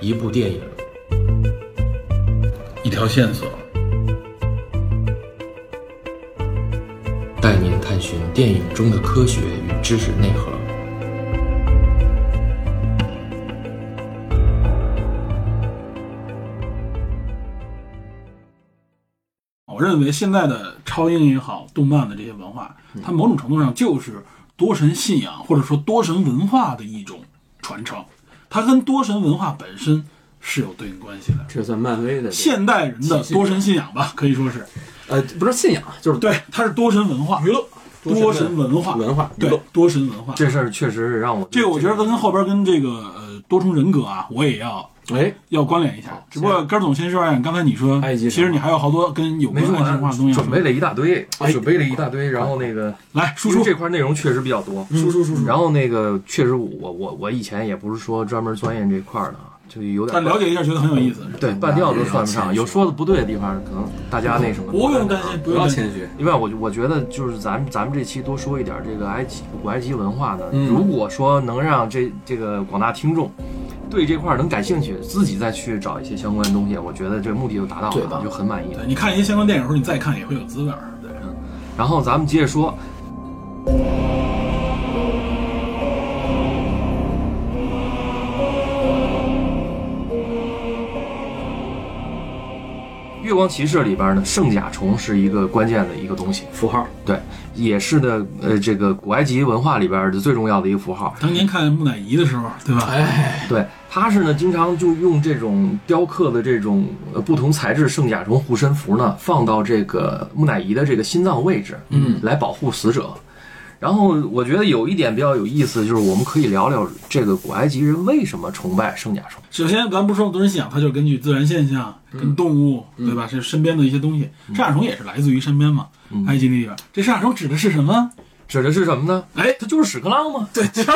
一部电影，一条线索，带您探寻电影中的科学与知识内核。我认为现在的超英也好，动漫的这些文化，它某种程度上就是多神信仰或者说多神文化的一种传承，它跟多神文化本身是有对应关系的。这算漫威的这个现代人的多神信仰吧，可以说是呃，不是信仰，就是对，它是多神文化娱乐多神文化文化娱对乐。多神文化。这事儿确实是让我这个我觉得跟后边跟这个呃多重人格啊，我也要哎，要关联一下。只不过根儿总先说呀，刚才你说埃及，神其话实你还有好多跟有没关埃说及神话的东西完，要准说备了一大堆，哎准备了一大堆，然后那个来输因为出这块内容确实比较多，嗯嗯叔叔叔叔，然后那个确实我我我以前也不是说专门钻研这块儿的啊，就有但点了解一下觉得很有意思。对半吊子算不上，有说的不对的地方，可能大家那什么不用担心，不不用要担心。谦虚，另外，我我觉得就是咱们咱们这期多说一点这个埃及古埃及文化呢，嗯如果说能让这这个广大听众对这块儿能感兴趣，自己再去找一些相关的东西，我觉得这个目的就达到对了，吧就很满意了。对，你看一些相关电影的时候，你再看也会有滋味儿。对，然后咱们接着说，《月光骑士》里边呢，圣甲虫是一个关键的一个东西，符号对，也是呢，呃，这个古埃及文化里边的最重要的一个符号。当年看木乃伊的时候，对吧？哎对，它是呢，经常就用这种雕刻的这种呃不同材质圣甲虫护身符呢，放到这个木乃伊的这个心脏位置，嗯，来保护死者。然后我觉得有一点比较有意思，就是我们可以聊聊这个古埃及人为什么崇拜圣甲虫。首先，咱不说多人信仰，它就是根据自然现象、嗯跟动物，对吧？是身边的一些东西。圣甲虫也是来自于身边嘛，嗯埃及那边。这圣甲虫指的是什么？指的是什么呢？哎，它就是屎壳郎嘛，对，枪。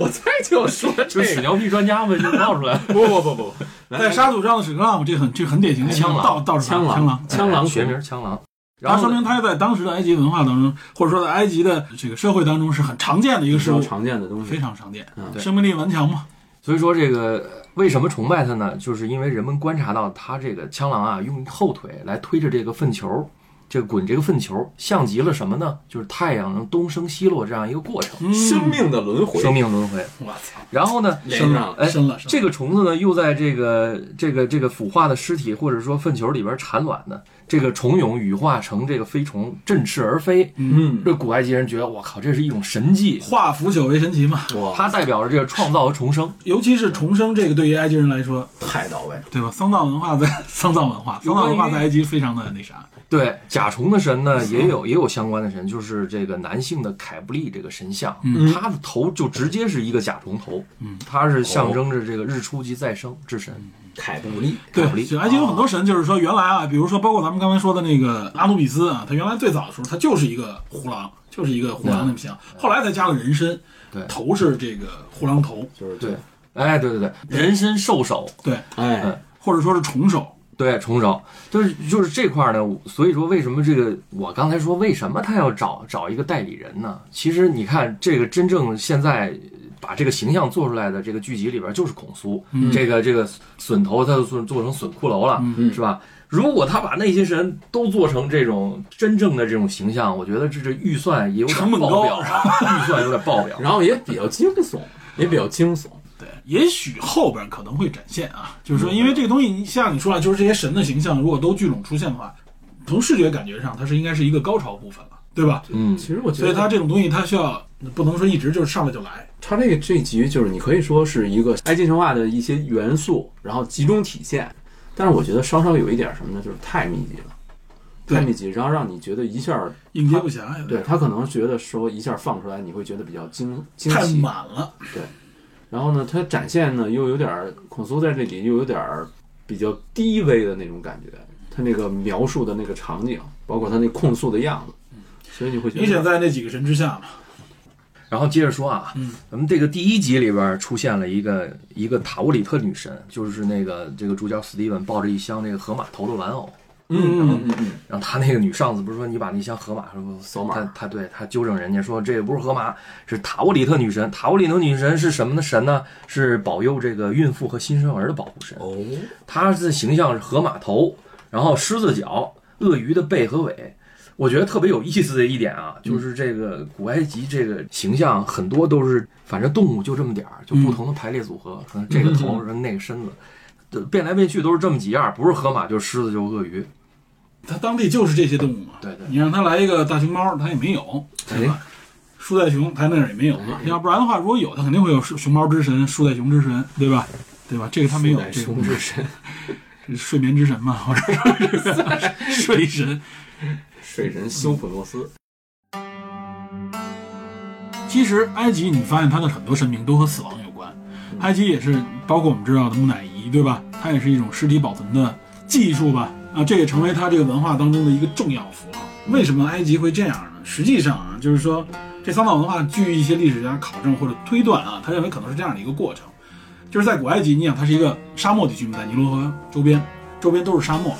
我猜就要 说这就是屎尿屁专家嘛，就冒 出来。不不不不，在沙土上的屎壳郎，这个很这个很典型的枪到狼到处哎枪狼，枪狼，枪狼学名，枪狼。然它后说呢明它在当时的埃及文化当中，或者说在埃及的这个社会当中是很常见的一个比事较物，常见的东非西。常常见，嗯对生命力顽强嘛。所以说这个为什么崇拜他呢？就是因为人们观察到他这个枪狼啊，用后腿来推着这个粪球，这个滚这个粪球，像极了什么呢？就是太阳能东升西落这样一个过程，生命的轮回，嗯生命轮回。我操，然后呢，连上哎，深了，深了这个虫子呢，又在这个这个这个腐化的尸体或者说粪球里边产卵呢，这个虫蛹羽化成这个飞虫，振翅而飞。嗯，这古埃及人觉得，我靠，这是一种神迹，化腐朽为神奇嘛。哇，它代表着这个创造和重生。尤其是重生这个，对于埃及人来说，太到位了，对吧？丧葬文化在 丧葬文化，丧葬文化在埃及非常的那啥。对，甲虫的神呢，也有也有相关的神，就是这个男性的凯布利这个神像，他的头就直接是一个甲虫头，嗯，它是象征着这个日出及再生之神。凯布利，凯布利对，就埃及有很多神，就是说原来啊，比如说包括咱们刚才说的那个阿努比斯啊，他原来最早的时候，他就是一个胡狼，就是一个胡狼那么像，后来才加了人参，对头是这个胡狼头，就是这对，，哎，对对对，人身兽首，对，哎，或者说是虫首，对，虫首，就是就是这块儿呢。我所以说，为什么这个我刚才说为什么他要找找一个代理人呢？其实你看，这个真正现在把这个形象做出来的这个剧集里边就是孔苏，嗯这个这个笋头，他就做做成笋骷髅了，嗯是吧？如果他把那些神都做成这种真正的这种形象，我觉得这这预算也有点成本爆高表啊，预算有点爆 表。然后也比较惊悚，也比较惊悚，对，也许后边可能会展现啊，就是说，因为这个东西，你像你说啊，就是这些神的形象，如果都聚拢出现的话，从视觉感觉上，它是应该是一个高潮部分了，对吧？嗯，其实我觉所以得它这种东西，它需要不能说一直就是上来就来，它这个这一集就是你可以说是一个埃及神话的一些元素，然后集中体现。但是我觉得稍稍有一点什么呢，就是太密集了，对太密集，然后让你觉得一下儿，应接不暇呀，对，他可能觉得说一下儿放出来你会觉得比较惊惊太喜，满了，然后呢，它展现呢又有点儿孔苏在这里又有点儿比较低微的那种感觉，他那个描述的那个场景，包括他那控诉的样子，所以你会觉明显得在那几个神之下嘛。然后接着说啊，咱们这个第一集里边出现了一个一个塔沃里特女神，就是那个这个主角史蒂文抱着一箱这个河马头的玩偶，嗯然后嗯嗯然后他那个女上司不是说你把那箱河马 说扫码他他对他纠正人家说这个不是河马，是塔沃里特女神。塔沃里特女神是什么的神呢？是保佑这个孕妇和新生儿的保护神。哦，她的形象是河马头，然后狮子脚、鳄鱼的背和尾。我觉得特别有意思的一点啊，就是这个古埃及这个形象很多都是，反正动物就这么点儿，就不同的排列组合，可能这个头，然后那个身子，呃变来变去都是这么几样儿，不是河马就是狮子就是鳄鱼。他当地就是这些动物嘛。对对你让他来一个大熊猫，他也没有，对哎吧？树袋熊他那儿也没有嘛。要不然的话，如果有，他肯定会有熊猫之神、树袋熊之神，对吧？对吧？这个他没有，这个熊之神，睡眠之神嘛，或者说 睡神。水神修普诺斯，其实埃及，你发现它的很多神明都和死亡有关。埃及也是，包括我们知道的木乃伊，对吧？它也是一种尸体保存的技术吧？啊，这也成为它这个文化当中的一个重要符号。为什么埃及会这样呢？实际上啊，就是说这丧葬文化，据一些历史家考证或者推断啊，他认为可能是这样的一个过程，就是在古埃及，你想它是一个沙漠地区嘛，在尼罗河周边，周边都是沙漠。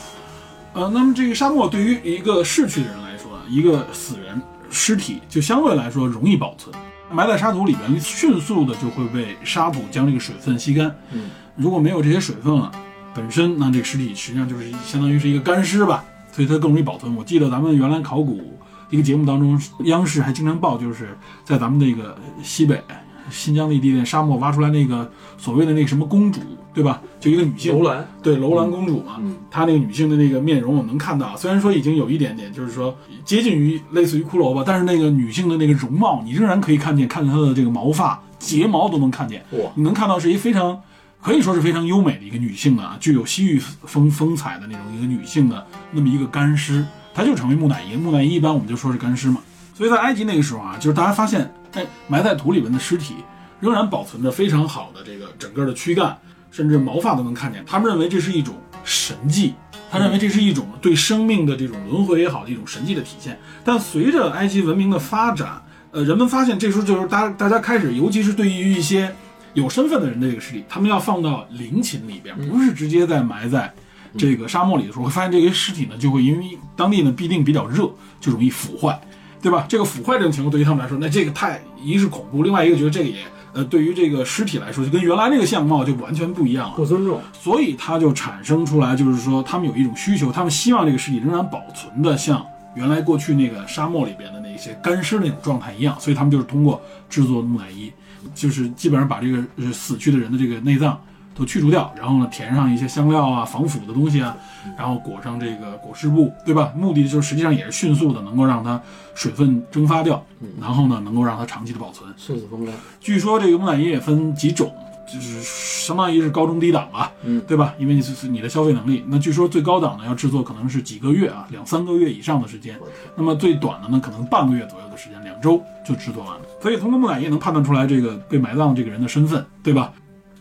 呃，那么这个沙漠对于一个逝去的人来说，啊一个死人尸体就相对来说容易保存。埋在沙土里边，迅速的就会被沙土将这个水分吸干。嗯，如果没有这些水分了，啊本身那这个尸体实际上就是相当于是一个干尸吧，所以它更容易保存。我记得咱们原来考古一个节目当中，央视还经常报，就是在咱们那个西北新疆那地的沙漠挖出来那个所谓的那个什么公主，对吧？就一个女性楼兰，对楼兰公主嘛，嗯她那个女性的那个面容我们能看到，啊虽然说已经有一点点，就是说接近于类似于骷髅吧，但是那个女性的那个容貌，你仍然可以看见，看见她的这个毛发、睫毛都能看见，哇，你能看到是一非常可以说是非常优美的一个女性的啊，具有西域风风采的那种一个女性的那么一个干尸，她就成为木乃伊。木乃伊一般我们就说是干尸嘛。所以在埃及那个时候啊，就是大家发现，哎，埋在土里面的尸体仍然保存着非常好的这个整个的躯干，甚至毛发都能看见。他们认为这是一种神迹，他认为这是一种对生命的这种轮回也好的一种神迹的体现。但随着埃及文明的发展，呃，人们发现这时候就是大家大家开始，尤其是对于一些有身份的人的这个尸体，他们要放到陵寝里边，不是直接在埋在这个沙漠里的时候，会发现这些尸体呢就会因为当地呢必定比较热，就容易腐坏，对吧？这个腐坏这种情况对于他们来说，那这个太一是恐怖，另外一个觉得这个也呃对于这个尸体来说，就跟原来那个相貌就完全不一样了。不尊重，所以它就产生出来，就是说他们有一种需求，他们希望这个尸体仍然保存的像原来过去那个沙漠里边的那些干尸那种状态一样，所以他们就是通过制作木乃伊，就是基本上把这个呃死去的人的这个内脏都去除掉，然后呢填上一些香料啊、防腐的东西啊，然后裹上这个裹尸布，对吧？目的就是实际上也是迅速的能够让它水分蒸发掉，然后呢能够让它长期的保存。顺子风干，据说这个木乃伊也分几种，就是相当于是高中低档吧，嗯对吧？因为你是你的消费能力，那据说最高档的要制作可能是几个月啊，两三个月以上的时间我天，那么最短的呢，可能半个月左右的时间，两周就制作完了。所以通过木乃伊能判断出来这个被埋葬这个人的身份，对吧？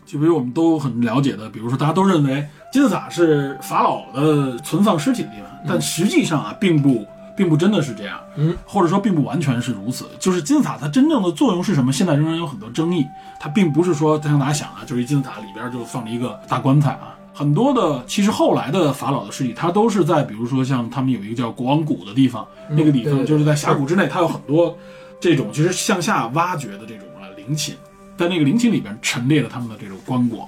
就比如我们都很了解的，比如说大家都认为金字塔是法老的存放尸体的地方，但实际上啊，并不并不真的是这样，嗯，或者说并不完全是如此。就是金字塔它真正的作用是什么，现在仍然有很多争议。它并不是说像大家想啊，就是一金字塔里边就放着一个大棺材啊。很多的其实后来的法老的尸体，它都是在比如说像他们有一个叫国王谷的地方，那个地嗯对对方对就是在峡谷之内，它有很多这种其实向下挖掘的这种啊陵寝，在那个陵寝里边陈列了他们的这种棺椁。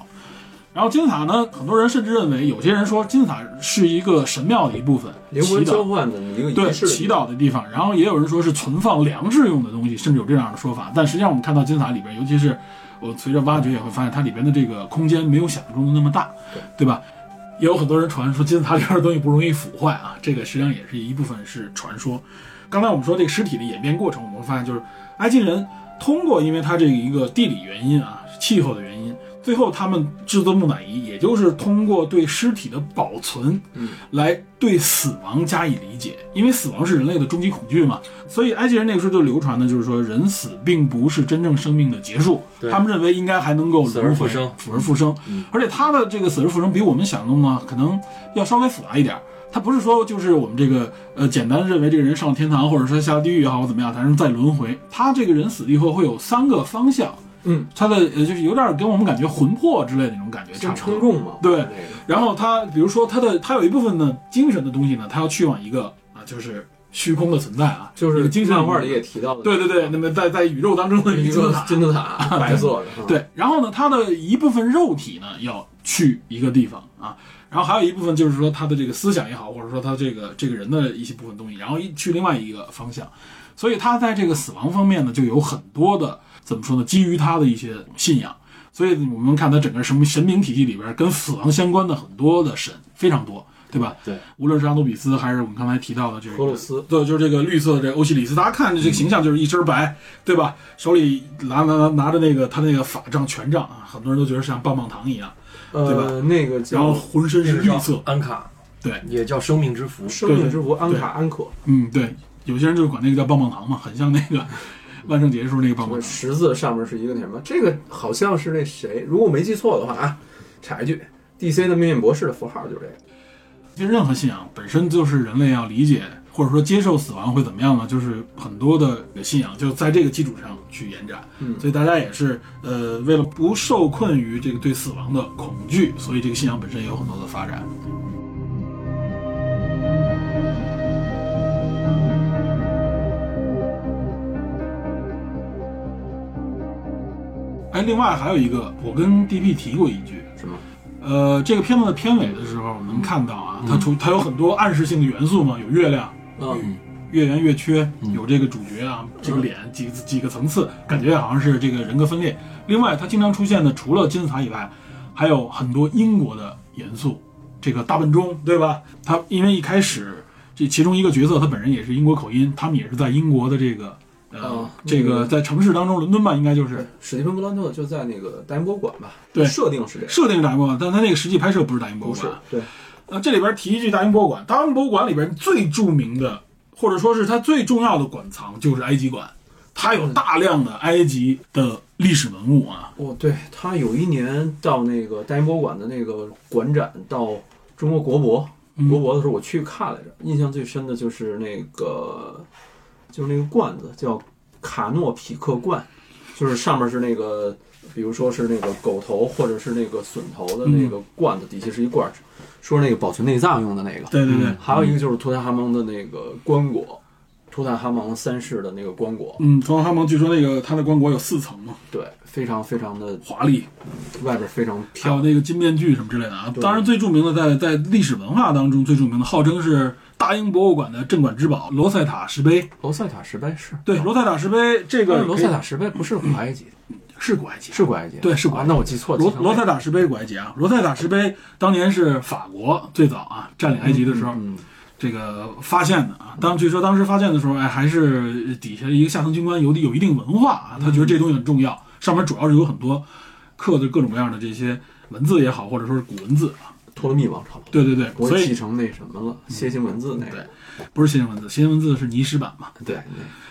然后金字塔呢，很多人甚至认为，有些人说金字塔是一个神庙的一部分，灵魂祈祷交换的一个对仪式，祈祷的地方，然后也有人说是存放粮食用的东西，甚至有这样的说法。但实际上，我们看到金字塔里边，尤其是我随着挖掘也会发现，它里边的这个空间没有想象中的那么大，对吧？也有很多人传说金字塔里边的东西不容易腐坏啊，这个实际上也是一部分是传说。刚才我们说这个尸体的演变过程，我们会发现就是埃及人通过因为它这一个地理原因啊、气候的原因，最后他们制作木乃伊，也就是通过对尸体的保存，嗯来对死亡加以理解，因为死亡是人类的终极恐惧嘛，所以埃及人那个时候就流传的就是说，人死并不是真正生命的结束，对他们认为应该还能够死而复轮回生嗯死而复生，而且他的这个死而复生比我们想象的可能要稍微复杂一点儿。他不是说就是我们这个呃简单认为这个人上了天堂或者说下地狱也好或怎么样，他是在轮回。他这个人死了以后会有三个方向，嗯，它的呃就是有点给我们感觉魂魄之类的那种感觉，差像不多称。重嘛，对那个然后它比如说它的它有一部分呢精神的东西呢，它要去往一个啊就是虚空的存在啊，就一是个精神漫画里宇宙也提到的，对对对，那么在在宇宙当中的一金个字塔，金字塔，白色的，啊，对，然后呢，它的一部分肉体呢要去一个地方啊，然后还有一部分就是说他的这个思想也好，或者说他这个这个人的一些部分东西，然后一去另外一个方向，所以他在这个死亡方面呢，就有很多的怎么说呢，基于他的一些信仰，所以我们看他整个什么神明体系里边跟死亡相关的很多的神非常多，对吧？对，无论是阿努比斯还是我们刚才提到的这个荷鲁斯对，就是这个绿色的这个欧西里斯，大家看这个形象就是一身白，对吧？手里拿拿拿拿着那个他那个法杖权杖啊，很多人都觉得像棒棒糖一样，对吧呃，那个然后叫浑身是绿色，安卡，对，也叫生命之符。生命之湖安卡安可，嗯，对，有些人就管那个叫棒棒糖嘛，很像那个万圣节时候那个棒棒什糖。么十字上面是一个那什么，这个好像是那谁，如果我没记错的话啊，插一句，DC 的命运博士的符号就是这个。其实任何信仰本身就是人类要理解或者说接受死亡会怎么样呢？就是很多的信仰就在这个基础上去延展。嗯所以大家也是呃，为了不受困于这个对死亡的恐惧，所以这个信仰本身也有很多的发展。哎，另外还有一个，我跟 DP 提过一句，什么？呃，这个片子的片尾的时候，我们能看到啊，它除它有很多暗示性的元素嘛，有月亮，嗯，月圆月缺，有这个主角啊，这个脸几几个层次，感觉好像是这个人格分裂。另外，它经常出现的除了金字塔以外，还有很多英国的元素，这个大笨钟，对吧？他因为一开始这其中一个角色他本人也是英国口音，他们也是在英国的这个呃、哦这个在城市当中，伦敦吧，应该就是嗯史蒂芬·布兰特就在那个大英博物馆吧？对设定是这样，设定是大英博物馆，但他那个实际拍摄不是大英博物不是馆，对，那呃这里边提一句大英博物馆，大英博物馆里边最著名的，或者说是它最重要的馆藏就是埃及馆，它有嗯大量的埃及的历史文物啊。哦，对他有一年到那个大英博物馆的那个馆展，到中国国博嗯国博的时候，我去看来着。印象最深的就是那个，就是那个罐子叫卡诺匹克罐，就是上面是那个，比如说是那个狗头或者是那个笋头的嗯那个罐子，底下是一罐儿，说那个保存内脏用的那个。对对对，还有一个就是图坦哈蒙的那个棺椁，图坦哈蒙三世的那个棺椁，嗯，图坦哈蒙据说那个他的棺椁有四层嘛，对，非常非常的华丽，外边非常还漂有亮。那个金面具什么之类的啊。对当然，最著名的在在历史文化当中最著名的，号称是大英博物馆的镇馆之宝——罗塞塔石碑。罗塞塔石碑是对，罗塞塔石碑这但个是哦罗塞塔石碑不是古埃及，是古埃及，是古埃及，对是古埃及啊那我记错了。罗记成罗埃塞塔石碑是古埃及啊，罗塞塔石碑当年是法国最早啊占领埃及的时候，嗯，这个发现的啊。当据说当时发现的时候，哎，还是底下一个下层军官有有一定文化啊，他觉得这东西很重要。上面主要是有很多刻的各种各样的这些文字也好，或者说是古文字啊。托勒密王朝，对对对，我所也记以成那什么了，楔形文字那个，不是楔形文字，楔形文字是泥石板嘛。对，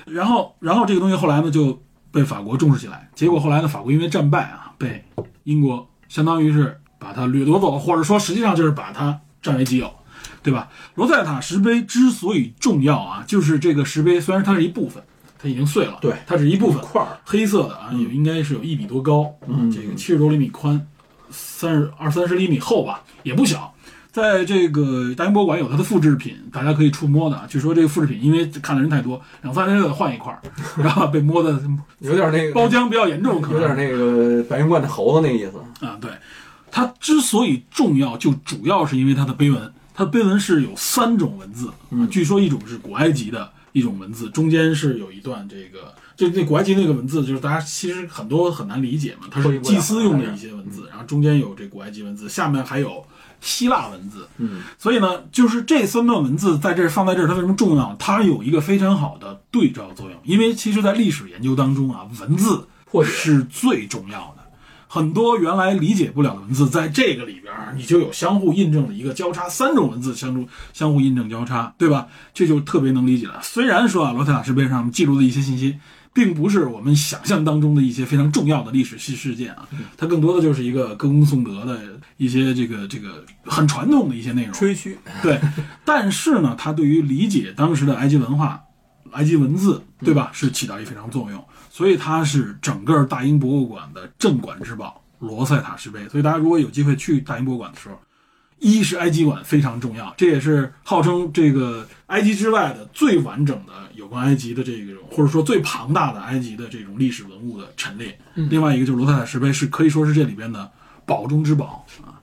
然后，然后这个东西后来呢就被法国重视起来，结果后来呢，法国因为战败啊，被英国相当于是把它掠夺走，或者说实际上就是把它占为己有，对吧？罗塞塔石碑之所以重要啊，就是这个石碑虽然它是一部分，它已经碎了，对它只是一部分，块儿，黑色的啊，嗯有应该是有一米多高，嗯，这个七十多厘米宽，三十二三十厘米厚吧，也不小。在这个大英博物馆有它的复制品，大家可以触摸的啊。据说这个复制品因为看的人太多，两三天就得换一块儿，然后被摸的有点那包个，浆比较严重，可能有点那个白云观的猴子那意思，啊，对，它之所以重要，就主要是因为它的碑文。它的碑文是有三种文字，嗯啊，据说一种是古埃及的一种文字，中间是有一段这个，就那古埃及那个文字，就是大家其实很多很难理解嘛，它脱离是不了哎祭司用的一些文字，然后中间有这古埃及文字，下面还有希腊文字，嗯，所以呢，就是这三段文字在这儿放在这儿，它为什么重要？它有一个非常好的对照作用，因为其实，在历史研究当中啊，文字破解 是最重要的。很多原来理解不了的文字，在这个里边儿你就有相互印证的一个交叉，三种文字相互相互印证交叉，对吧？这就特别能理解了。虽然说啊，罗特塔石碑上记录的一些信息，并不是我们想象当中的一些非常重要的历史事事件啊，它更多的就是一个歌功颂德的一些这个这个很传统的一些内容。吹嘘，对，但是呢，他对于理解当时的埃及文化埃及文字，对吧？是起到一非常作用，所以它是整个大英博物馆的镇馆之宝——罗塞塔石碑。所以大家如果有机会去大英博物馆的时候，一是埃及馆非常重要，这也是号称这个埃及之外的最完整的有关埃及的这种，或者说最庞大的埃及的这种历史文物的陈列。另外一个就是罗塞塔石碑，是可以说是这里边的宝中之宝啊。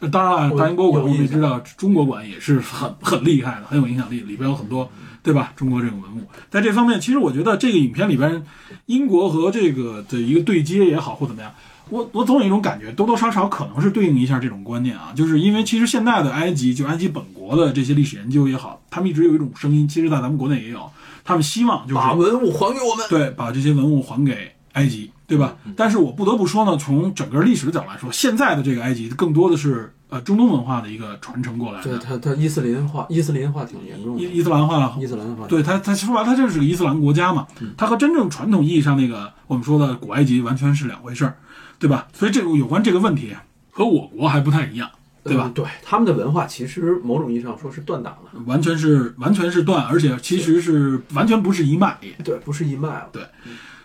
呃当然了，我大英博物馆有我们也印象知道，中国馆也是很很厉害的，很有影响力，里边有很多对吧？中国这种文物，在这方面，其实我觉得这个影片里边，英国和这个的一个对接也好，或怎么样，我我总有一种感觉，多多少少可能是对应一下这种观念啊，就是因为其实现在的埃及，就埃及本国的这些历史研究也好，他们一直有一种声音，其实在咱们国内也有，他们希望就是把文物还给我们。对，把这些文物还给埃及，对吧？嗯但是我不得不说呢，从整个历史的角度来说，现在的这个埃及更多的是呃中东文化的一个传承过来对的，他，他伊斯林化，伊斯林化挺严重的，伊伊斯兰化伊斯兰化。对它，它说白了，它就是个伊斯兰国家嘛，它和真正传统意义上那个我们说的古埃及完全是两回事儿，对吧？所以这个有关这个问题和我国还不太一样，对吧嗯？对，他们的文化其实某种意义上说是断档的，完全是完全是断，而且其实是完全不是一脉。对，不是一脉了。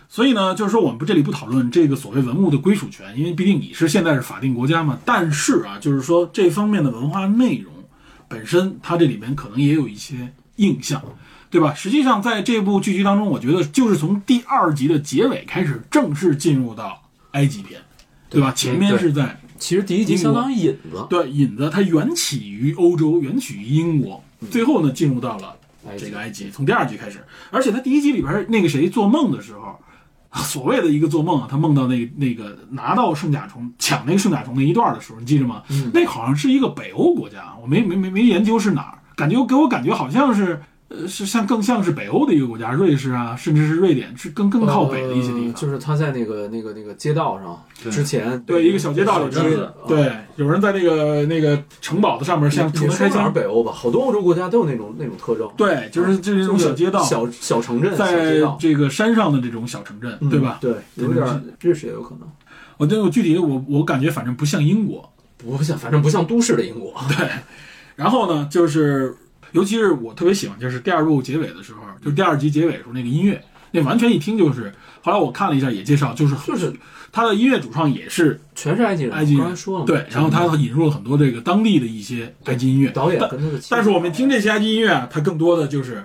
所以呢，就是说我们不这里不讨论这个所谓文物的归属权，因为毕竟你是现在是法定国家嘛。但是啊，就是说这方面的文化内容本身，它这里面可能也有一些印象，对吧？实际上，在这部剧集当中，我觉得就是从第二集的结尾开始，正式进入到埃及篇，对吧？前面是在其实第一集英相国当于引子，对引子，它缘起于欧洲，缘起于英国，最后呢进入到了哎这个埃及，从第二集开始。而且他第一集里边那个谁做梦的时候， 所谓的一个做梦啊，他梦到那那个拿到圣甲虫抢那个圣甲虫那一段的时候，你记着吗？嗯那好像是一个北欧国家，我没没没没研究是哪儿，感觉给我感觉好像是。呃，是像更像是北欧的一个国家，瑞士啊，甚至是瑞典，是更更靠北的一些地呃方。就是他在那个那个那个街道上，对之前对，一个小街道里小边街儿，对，有人在那个那个城堡的上面向啊也城门说开哪儿枪，北欧吧，好多欧洲国家都有那种那种特征，对，就是这这种小街道，小小城镇、小街在道，这个山上的这种小城镇，嗯对吧？对，有点儿瑞士也有可能，我对我具体我我感觉反正不像英国，不像，反正不像都市的 英国。对。然后呢，就是尤其是我特别喜欢，就是第二部结尾的时候，就第二集结尾的时候那个音乐，那完全一听就是。后来我看了一下，也介绍，就是就是他的音乐主唱也是全是埃及人，埃及我人，刚才说了嘛，对。然后他引入了很多这个当地的一些埃及音乐，嗯导演但跟他的妻子，但是我们听这些埃及音乐啊，它更多的就是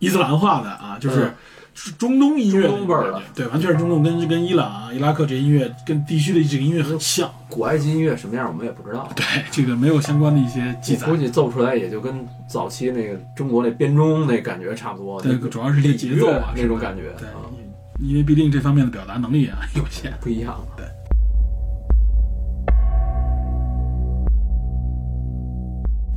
伊斯兰化的啊，就是嗯是中东音乐中东味儿的感觉，对，完全是中东跟跟伊朗啊、伊拉克这些音乐跟地区的这个音乐很像，古埃及音乐什么样，我们也不知道。对，这个没有相关的一些记载我，估计奏出来也就跟早期那个中国那编钟那感觉差不多，对那个主要是这节奏啊那种感觉，对啊，因为毕竟这方面的表达能力啊有限。不一样。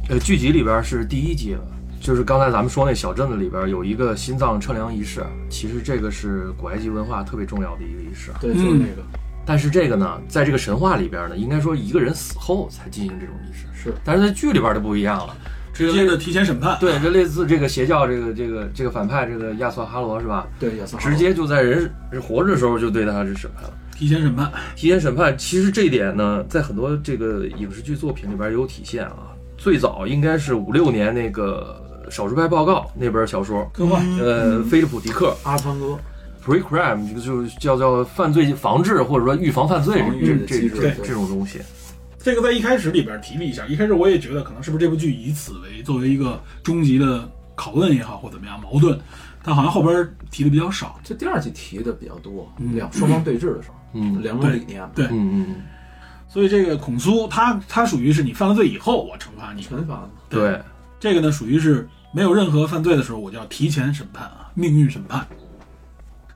呃，剧集里边是第一集了，就是刚才咱们说那小镇子里边有一个心脏称量仪式，其实这个是古埃及文化特别重要的一个仪式。对，就是嗯那个，但是这个呢，在这个神话里边呢，应该说一个人死后才进行这种仪式，是但是在剧里边就不一样了，直接的提前审判，对，这类似这个邪教，这个这个这个反派，这个亚瑟哈罗是吧？对，也算好直接就在人活着的时候就对他是审判了。提前审判，提前审判，其实这一点呢，在很多这个影视剧作品里边有体现啊。最早应该是五六年那个《少数派报告》那本小说，更换呃，菲利普·迪克阿汤哥 （Pre-Crime） 就是叫叫犯罪防治或者说预防犯罪防御这的这机这制这对这种东西。这个在一开始里边提了一下，一开始我也觉得可能是不是这部剧以此为作为一个终极的拷问也好或怎么样矛盾，但好像后边提的比较少。这第二季提的比较多，两双方对峙的时候，嗯两种理念嘛，对嗯嗯，嗯所以这个孔苏他他属于是你犯了罪以后我惩罚你，惩罚嘛，对，这个呢，属于是没有任何犯罪的时候，我就要提前审判啊，命运审判。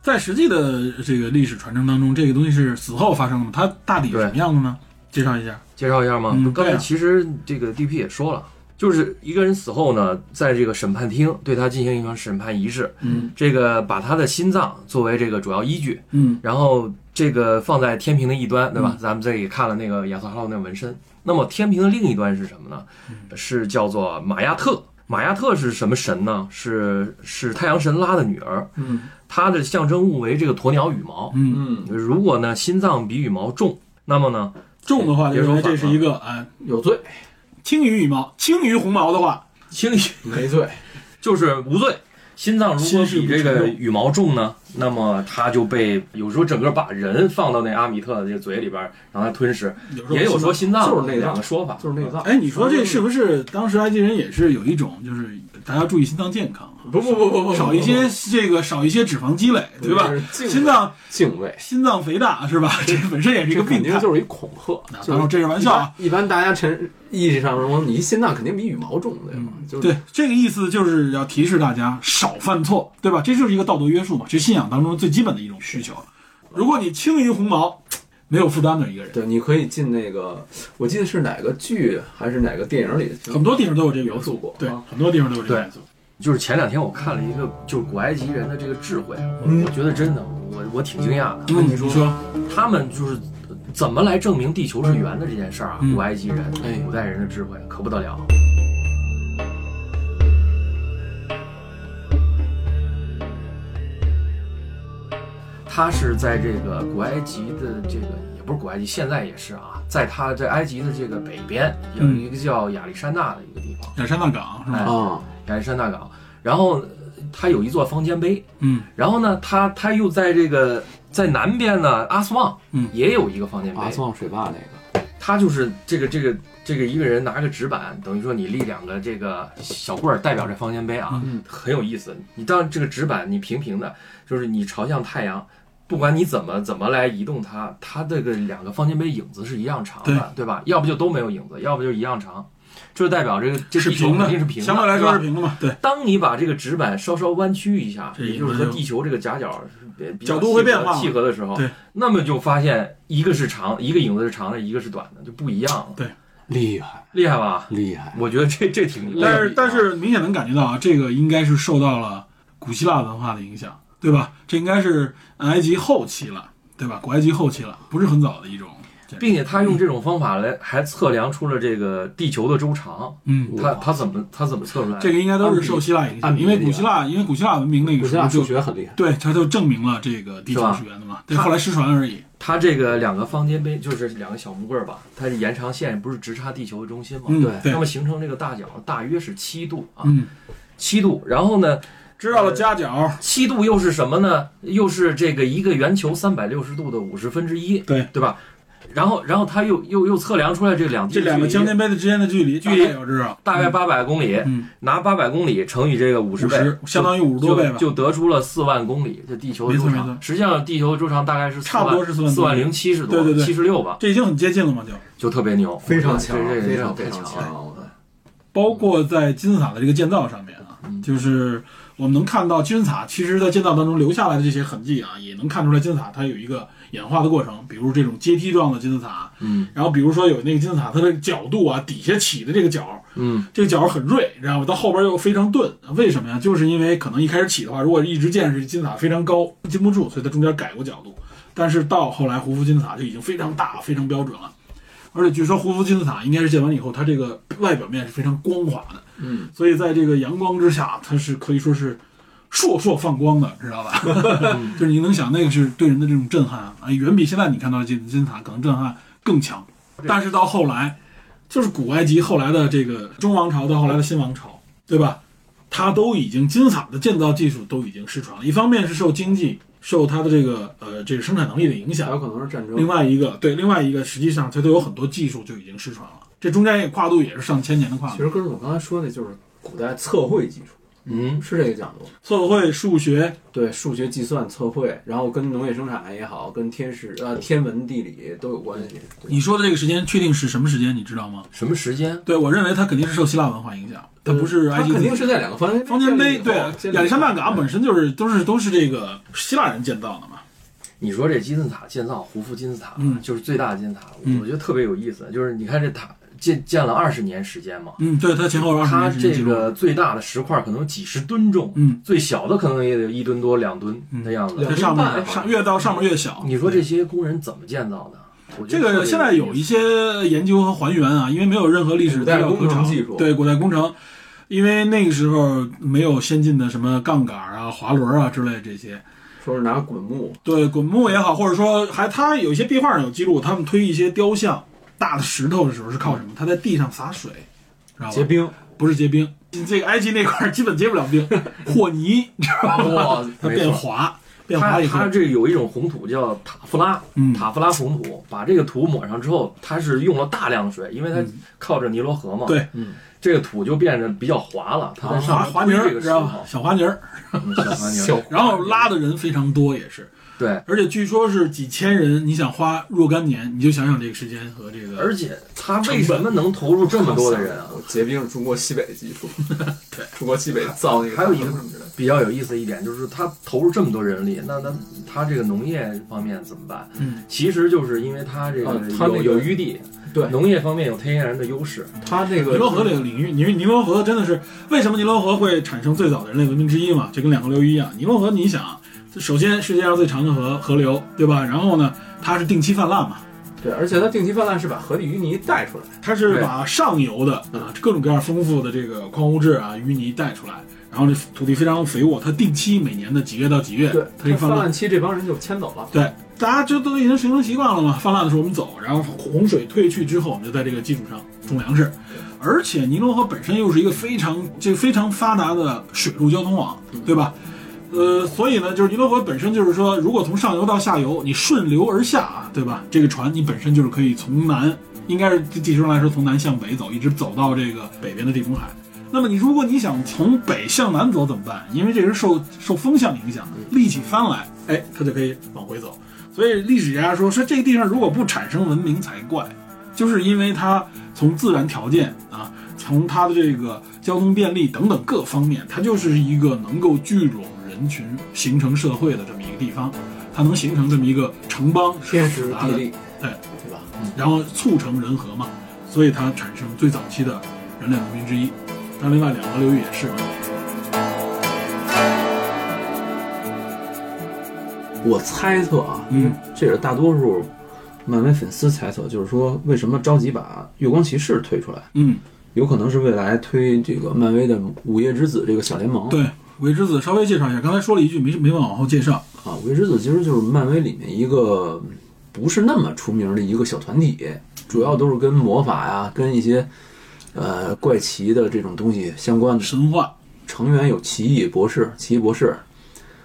在实际的这个历史传承当中，这个东西是死后发生的吗？它大体是什么样的呢？介绍一下。介绍一下吗？嗯刚对啊才其实这个 DP 也说了，就是一个人死后呢，在这个审判厅对他进行一个审判仪式，嗯这个把他的心脏作为这个主要依据，嗯然后这个放在天平的一端，对吧？咱们这也看了那个亚瑟哈罗那纹身。那么天平的另一端是什么呢？是叫做玛亚特。玛亚特是什么神呢？是是太阳神拉的女儿，嗯她的象征物为这个鸵鸟羽毛。嗯，嗯，如果呢心脏比羽毛重，那么呢重的话就别认说为反这了是一个啊，有罪轻于羽毛，轻于鸿毛的话，轻易没罪， 就是无罪。心脏如果心事比不这沉个重羽毛重呢，那么它就被有时候整个把人放到那阿米特的这个嘴里边，让它吞噬。有时候也有说心脏就是内脏两个说 法，就是内脏。哎，你说这是不是当时埃及人也是有一种，就是大家注意心脏健康，啊不不不不不，少一些这个少一些脂肪积累，对吧？心脏敬畏，心脏肥大 是吧？这本身也是一这个病肯定态。就是一恐吓啊。就当然是这是玩笑啊，一般大家成意义上说，你心脏肯定比羽毛重，对吧？就是对，这个意思就是要提示大家少犯错，对吧？这就是一个道德约束嘛，这是信仰当中最基本的一种需求。如果你轻于鸿毛，没有负担的一个人，对，你可以进那个，我记得是哪个剧还是哪个电影里，很多地方都有这个元素过对啊，很多地方都有这个元素。就是前两天我看了一个，就是古埃及人的这个智慧，啊嗯我觉得真的，我我挺惊讶的。嗯，你说，他们就是呃怎么来证明地球是圆的这件事儿啊？嗯古埃及人哎、古代人的智慧可不得了。他是在这个古埃及的这个也不是古埃及，现在也是啊，在他在埃及的这个北边有嗯哦一个叫亚历山大的一个地方，亚历山大港是吧？哎啊，亚历山大港，然后呃它有一座方尖碑，嗯，然后呢，他他又在这个在南边呢，阿斯旺，嗯也有一个方尖碑，阿斯旺水坝那个，他就是这个这个这个一个人拿个纸板，等于说你立两个这个小棍儿代表这方尖碑啊，嗯很有意思。你当这个纸板你平平的，就是你朝向太阳，不管你怎么怎么来移动它，它这个两个方尖碑影子是一样长的，对吧？要不就都没有影子，要不就一样长，这就代表这个这是地球平肯的定是，平的，相对来说对是吧平的嘛？对，当你把这个纸板稍稍弯曲一下，这也就是和地球这个夹角比比较角度会变化契合的时候对，那么就发现一个是长，一个影子是长的，一个是短的，就不一样了，厉害厉害吧？厉害，我觉得这这挺，但是但是明显能感觉到啊，这个应该是受到了古希腊文化的影响，对吧？这应该是埃及后期了，对吧？古埃及后期了，不是很早的一种建筑。并且他用这种方法来还测量出了这个地球的周长，嗯，他他怎么他怎么测出来的？这个应该都是受希腊影按响，比因为古希啊腊因为古希腊文明那古个希时腊候数就学很厉害，对，他就证明了这个地是球吧是圆的嘛，对，它后来失传而已。他这个两个方尖碑就是两个小木棍儿吧，它是延长线不是直插地球的中心吗？嗯，对对那，么形成这个大角大约是七度啊，嗯，七度。然后呢，知道了夹角，七度又是什么呢？又是这个一个圆球三百六十度的五十分之一，对对吧？然后，然后他又又又测量出来这两地这两个距离将尖碑的之间的距离，距离大概要知道，大概八百公里，嗯拿八百公里乘以这个五十五倍，十，相当于五十多倍吧，就就得出了四万公里，这地球的周没错没长。实际上，地球的周长大概是差不多是四4万四万零七十多，对对对七十六吧，这已经很接近了嘛，就。就特别牛，非常强啊这，这非常这非这常强啊了。强。啊包括在金字塔的这个建造上面啊，嗯就是我们能看到金字塔，其实在建造当中留下来的这些痕迹啊，也能看出来金字塔它有一个演化的过程，比如这种阶梯状的金字塔，嗯，然后比如说有那个金字塔它的角度啊，底下起的这个角，嗯，这个角很锐，然后到后边又非常钝，为什么呀？就是因为可能一开始起的话，如果一直建是金字塔非常高，禁不住，所以它中间改过角度，但是到后来胡夫金字塔就已经非常大、非常标准了。而且据说胡夫金字塔应该是建完以后，它这个外表面是非常光滑的，嗯，所以在这个阳光之下，它是可以说是烁烁放光的，知道吧？ 就是你能想那个是对人的这种震撼啊，远比现在你看到的金金字塔可能震撼更强。但是到后来，就是古埃及后来的这个中王朝到后来的新王朝，对吧？它都已经金字塔的建造技术都已经失传了，一方面是受经济、受它的这个呃这个生产能力的影响还，有可能是战另争，外一个，对，另外一个，实际上它都有很多技术就已经失传了，这中间也跨度也是上千年的跨其度。实跟我刚才说的就是古代测绘技术，嗯，是这个讲究。测绘、数学，对数学计算测绘，然后跟农业生产也好，跟天时呃天文地理都有关系。你说的这个时间确定是什么时间，你知道吗？什么时间？对我认为它肯定是受希腊文化影响，它不是他埃及嗯肯定自己。是在两个方方尖碑对，亚历山大港本本身就是都是都是这个希腊人建造的嘛。你说这金字塔建造，胡夫金字塔、嗯就是最大的金字塔，嗯我觉得特别有意思。就是你看这塔建建了二十年时间嘛，嗯，对，它前后有二十它年时间这记录个最大的石块可能有几十吨重，嗯，最小的可能也得一吨多、两吨嗯的样子。两它吨上半面上越到上面越嗯小。你说这些工人怎么建造的？我这觉得特别个现在有一意思些研究和还原啊，因为没有任何历史古代资料工程可查技术对古代工程，因为那个时候没有先进的什么杠杆啊、滑轮啊之类这些。说是拿滚木，对，滚木也好，或者说还他有一些壁画上有记录，他们推一些雕像、大的石头的时候是靠什么？他在地上洒水，知道结吧？冰，不是结冰，这个埃及那块儿基本结不了 冰，和泥，你知道哇吗？它没 变错滑，变它滑以后它，这有一种红土叫塔夫拉，嗯塔夫拉红土，把这个土抹上之后，它是用了大量水，因为它靠着尼罗河嘛。嗯对，啊嗯，这个土就变得比较滑了，它在上滑面滑泥儿，推这个知石道吧头？，小滑泥儿，嗯小滑泥 儿。小然后拉的人非常多，也是，对，而且据说是几千人，你想花若干年，你就想想这个时间和这个，而且它为什么能投入 这么多的人啊？我结冰是中国西北的技术，对，中国西北造那个还有一个什么之类的，比较有意思的一点就是，它投入这么多人力，那那它这个农业方面怎么办？嗯，其实就是因为它这个啊有它那个有余地，对农业方面有天然的优势。他那个尼罗河这个领域，尼尼罗河真的是为什么尼罗河会产生最早的人类文明之一嘛？就跟两河流域一样，尼罗河你想，首先世界上最长的河河流，对吧？然后呢，它是定期泛滥嘛，对，而且它定期泛滥是把河底淤泥带出来，它是把上游的啊各种各样丰富的这个矿物质啊淤泥带出来，然后这土地非常肥沃，它定期每年的几月到几月，它它就泛泛滥。滥期这帮人就迁走了，对，大家这都已经形成习惯了嘛。泛滥的时候我们走，然后洪水退去之后，我们就在这个基础上种粮食。而且尼罗河本身又是一个非常这非常发达的水路交通网，对吧？呃，所以呢，就是尼罗河本身就是说，如果从上游到下游，你顺流而下啊，对吧？这个船你本身就是可以从南，应该是地球上来说从南向北走，一直走到这个北边的地中海。那么你如果你想从北向南走怎么办？因为这是受受风向影响，立起帆来，哎，它就可以往回走。所以历史学家说，说这个地方如果不产生文明才怪，就是因为它从自然条件啊，从它的这个交通便利等等各方面，它就是一个能够聚拢人群、形成社会的这么一个地方，它能形成这么一个城邦，天时复杂地的利，对对吧？然后促成人和嘛，所以它产生最早期的人类文明之一。但另外两河流域也是，我猜测啊，嗯因为这也是大多数漫威粉丝猜测，就是说为什么着急把月光骑士推出来，嗯，有可能是未来推这个漫威的午夜之子这个小联盟。对，伪之子稍微介绍一下，刚才说了一句没没往后介绍，啊，午夜之子其实就是漫威里面一个不是那么出名的一个小团体，主要都是跟魔法呀、跟一些呃怪奇的这种东西相关的。神话，成员有奇异博士、奇异博士，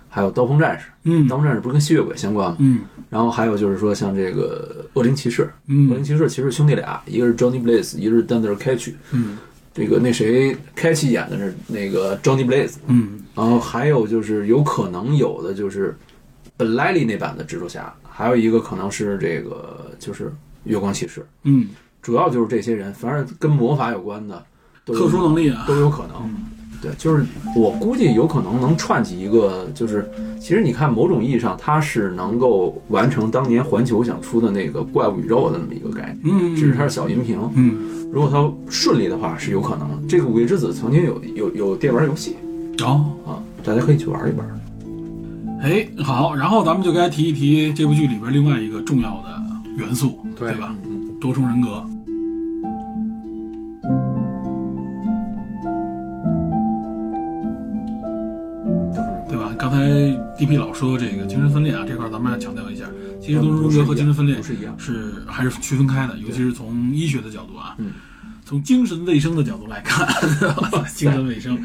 还有刀锋战士。嗯刀锋战士不是跟吸血鬼相关吗？嗯然后还有就是说，像这个恶灵骑士，恶灵嗯骑士其实兄弟俩，一个是 Johnny Blaze，一个是 Dunder Catch。嗯这个那谁，开奇演的是那个 Johnny Blaze，嗯然后还有就是有可能有的就是本莱利那版的蜘蛛侠，还有一个可能是这个就是月光骑士，嗯，主要就是这些人，反正跟魔法有关的，都有特殊能力啊，都有可能。对，就是我估计有可能能串起一个，就是其实你看，某种意义上它是能够完成当年环球想出的那个怪物宇宙的那么一个概念，嗯，只是它是小银屏。嗯，如果它顺利的话，是有可能的。这个《午夜之子》曾经有有有电玩游戏哦，啊，大家可以去玩一玩。哎，好，然后咱们就该提一提这部剧里边另外一个重要的元素，对对吧？多重人格。对吧？刚才 DP 老说这个精神分裂啊，这块儿咱们要强调一下，其实多重人格和精神分裂嗯不是一样是还是区分开的，尤其是从医学的角度啊，嗯从精神卫生的角度来看， 精神卫生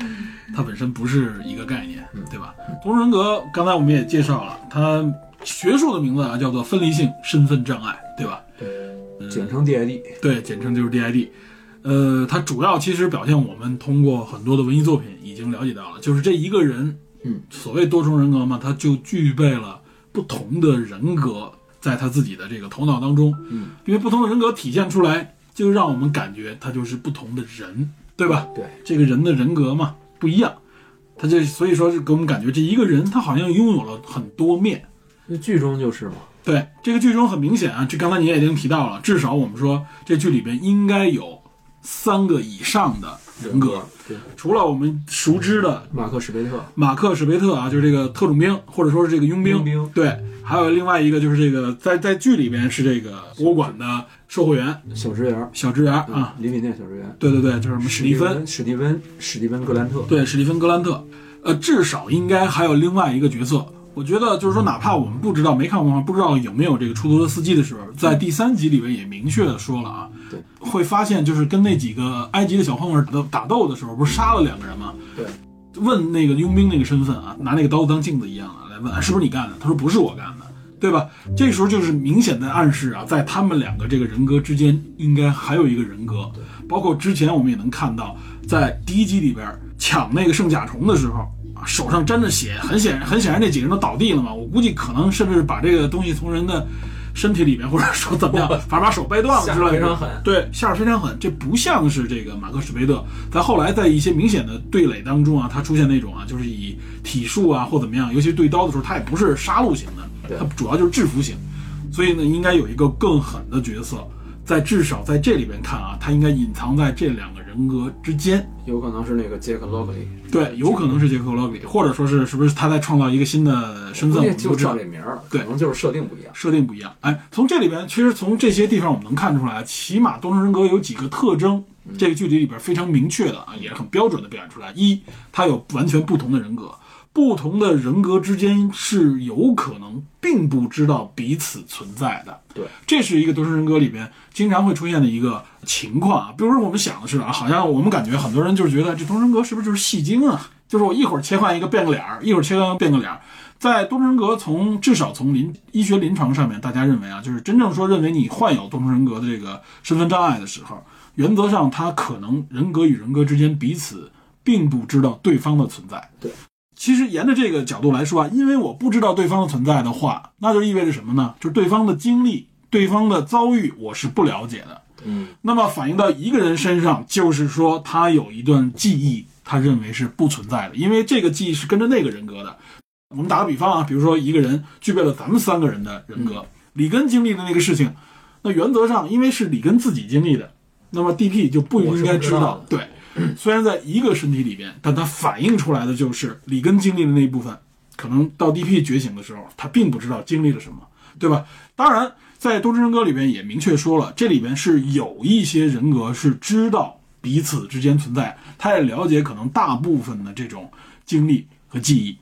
它本身不是一个概念，嗯对吧？多重人格刚才我们也介绍了，它学术的名字啊叫做分离性身份障碍，对吧？简称 DID，对，简称就是 DID。呃，它主要其实表现我们通过很多的文艺作品已经了解到了，就是这一个人，嗯，所谓多重人格嘛，他就具备了不同的人格在他自己的这个头脑当中，嗯，因为不同的人格体现出来，就让我们感觉他就是不同的人，对吧？对，这个人的人格嘛不一样，他这所以说是给我们感觉这一个人他好像拥有了很多面，那剧中就是嘛，对这个剧中很明显啊，这刚才你也已经提到了，至少我们说这剧里边应该有三个以上的人格，对，除了我们熟知的马克·史贝特，马克·史贝特啊，就是这个特种兵，或者说是这个佣兵，佣兵对，还有另外一个就是这个在在剧里边是这个博物馆的售货员小职员小职员啊啊，，礼品店小职员，对对对，就是什么史蒂芬，史蒂芬，史蒂芬，格兰特，对，史蒂芬·格兰特，呃，至少应该还有另外一个角色，我觉得就是说，哪怕我们不知道没看过漫画，不知道有没有这个出租车司机的时候，在第三集里面也明确的说了啊，对，会发现就是跟那几个埃及的小混混打斗打斗的时候，不是杀了两个人吗？对，问那个佣兵那个身份啊，拿那个刀子当镜子一样啊，来问、啊、是不是你干的？他说不是我干的，对吧？这时候就是明显的暗示啊，在他们两个这个人格之间，应该还有一个人格。包括之前我们也能看到，在第一集里边抢那个圣甲虫的时候。啊，手上沾着血，很显然，很显然这几个人都倒地了嘛。我估计可能甚至把这个东西从人的身体里面，或者说怎么样，反正把手掰断了下之类手的。非常狠，对，下手非常狠，这不像是这个马克·史贝特。在后来在一些明显的对垒当中啊，他出现那种啊，就是以体术啊或怎么样，尤其是对刀的时候，他也不是杀戮型的，对他主要就是制服型。所以呢，应该有一个更狠的角色，在至少在这里边看啊，他应该隐藏在这两个人格之间。有可能是那个杰克·洛格里，对，有可能是杰克·罗比，或者说是是不是他在创造一个新的身份，估我计们就不知道叫这。名儿了，对可能就是设定不一样。设定不一样。哎，从这里边，其实从这些地方我们能看出来，起码多重人格有几个特征，这个剧里里边非常明确的啊，也是很标准的表现出来。一，它有完全不同的人格，不同的人格之间是有可能并不知道彼此存在的。对，这是一个多重人格里边经常会出现的一个情况啊。比如说我们想的是啊，好像我们感觉很多人就是觉得这多重人格是不是就是戏精啊？就是我一会儿切换一个变个脸儿，一会儿切换一个变个脸儿。在多重人格从至少从临医学临床上面，大家认为啊，就是真正说认为你患有多重人格的这个身份障碍的时候，原则上它可能人格与人格之间彼此并不知道对方的存在。对，其实沿着这个角度来说啊，因为我不知道对方的存在的话，那就意味着什么呢？就是对方的经历、对方的遭遇，我是不了解的。嗯，那么反映到一个人身上，就是说他有一段记忆，他认为是不存在的，因为这个记忆是跟着那个人格的。我们打个比方啊，比如说一个人具备了咱们三个人的人格，里根经历的那个事情，那原则上因为是里根自己经历的，那么 DP 就不应该知道。对，虽然在一个身体里边，但它反映出来的就是里根经历的那一部分，可能到 DP 觉醒的时候，他并不知道经历了什么，对吧？当然，在《多重人格》里边也明确说了，这里边是有一些人格是知道彼此之间存在，他也了解可能大部分的这种经历和记忆。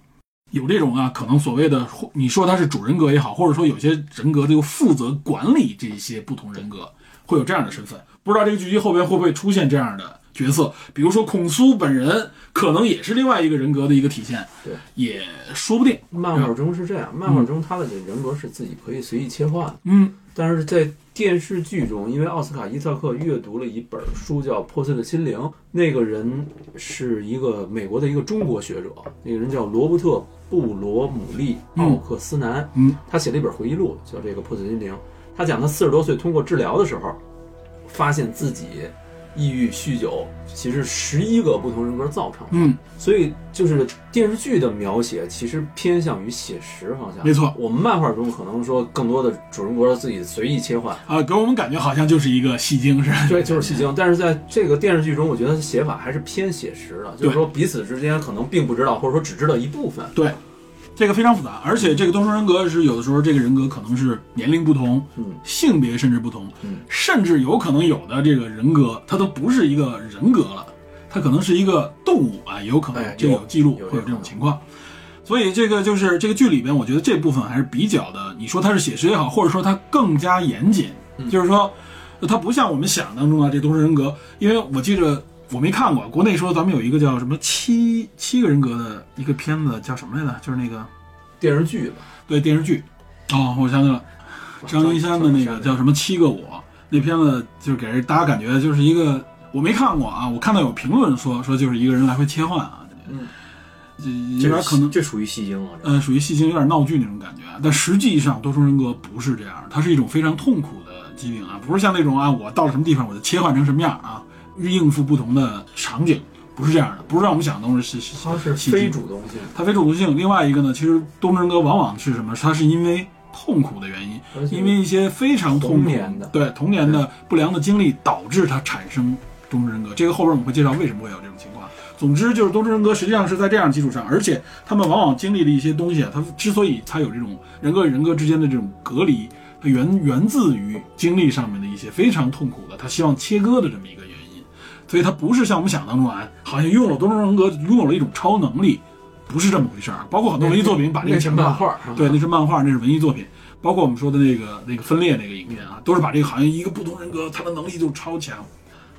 有这种啊，可能所谓的或你说他是主人格也好，或者说有些人格就负责管理这些不同人格，会有这样的身份。不知道这个剧集后边会不会出现这样的角色，比如说孔苏本人可能也是另外一个人格的一个体现，对，也说不定。漫画中是这样，漫画中他的这人格是自己可以随意切换的，嗯，但是在电视剧中，因为奥斯卡·伊萨克阅读了一本书叫《破碎的心灵》，那个人是一个美国的一个中国学者，那个人叫罗伯特·布罗姆利·奥克斯南，嗯，他写了一本回忆录，叫这个《破碎心灵》，他讲他四十多岁通过治疗的时候，发现自己抑郁、酗酒，其实十一个不同人格造成的，嗯，所以就是电视剧的描写其实偏向于写实方向，没错我们漫画中可能说更多的主人公自己随意切换，啊，给我们感觉好像就是一个戏精是吧？对，就是戏精。但是在这个电视剧中，我觉得写法还是偏写实的，就是说彼此之间可能并不知道，或者说只知道一部分。 对，这个非常复杂，而且这个多重人格是有的时候这个人格可能是年龄不同，嗯，性别甚至不同，嗯，甚至有可能有的这个人格它都不是一个人格了，它可能是一个动物啊，也有可能哎这个有有记录有会有这这种种情况。所以这个就是这个剧里边，我觉得这部分还是比较的，你说它是写实也好，或者说它更加严谨，就是说它不像我们想当中啊，这都是人格，因为我记着我没看过，国内说咱们有一个叫什么七七个人格的一个片子叫什么来着？就是那个电视剧吧，对电视剧，哦，我想起来了，张一山的那个叫什么《七个我》那片子，就是给人大家感觉就是一个我没看过啊，我看到有评论说说就是一个人来回切换啊，嗯，这这有点可能嗯这属于戏精了，呃，属于戏精，有点闹剧那种感觉。啊但实际上，多重人格不是这样，它是一种非常痛苦的疾病啊，不是像那种啊，我到了什么地方我就切换成什么样啊，应付不同的场景，不是这样的，不是让我们想的东西是是它是非主动性，它非主动性。另外一个呢，其实多重人格往往是什么？它是因为痛苦的原因，而且因为一些非常痛童苦年的对童年的不良的经历导致他产生多重人格。这个后边我们会介绍为什么会有这种情况。总之就是多重人格实际上是在这样的基础上，而且他们往往经历了一些东西啊，他之所以他有这种人格与人格之间的这种隔离，它源源自于经历上面的一些非常痛苦的，他希望切割的这么一个原因。所以他不是像我们想当中啊，好像拥有多重人格，拥有了一种超能力，不是这么回事儿。包括很多文艺作品把这个是强漫化，画，对，那是漫画，那是文艺作品。包括我们说的那个那个分裂那个影片啊，都是把这个好像一个不同人格，他的能力就超强，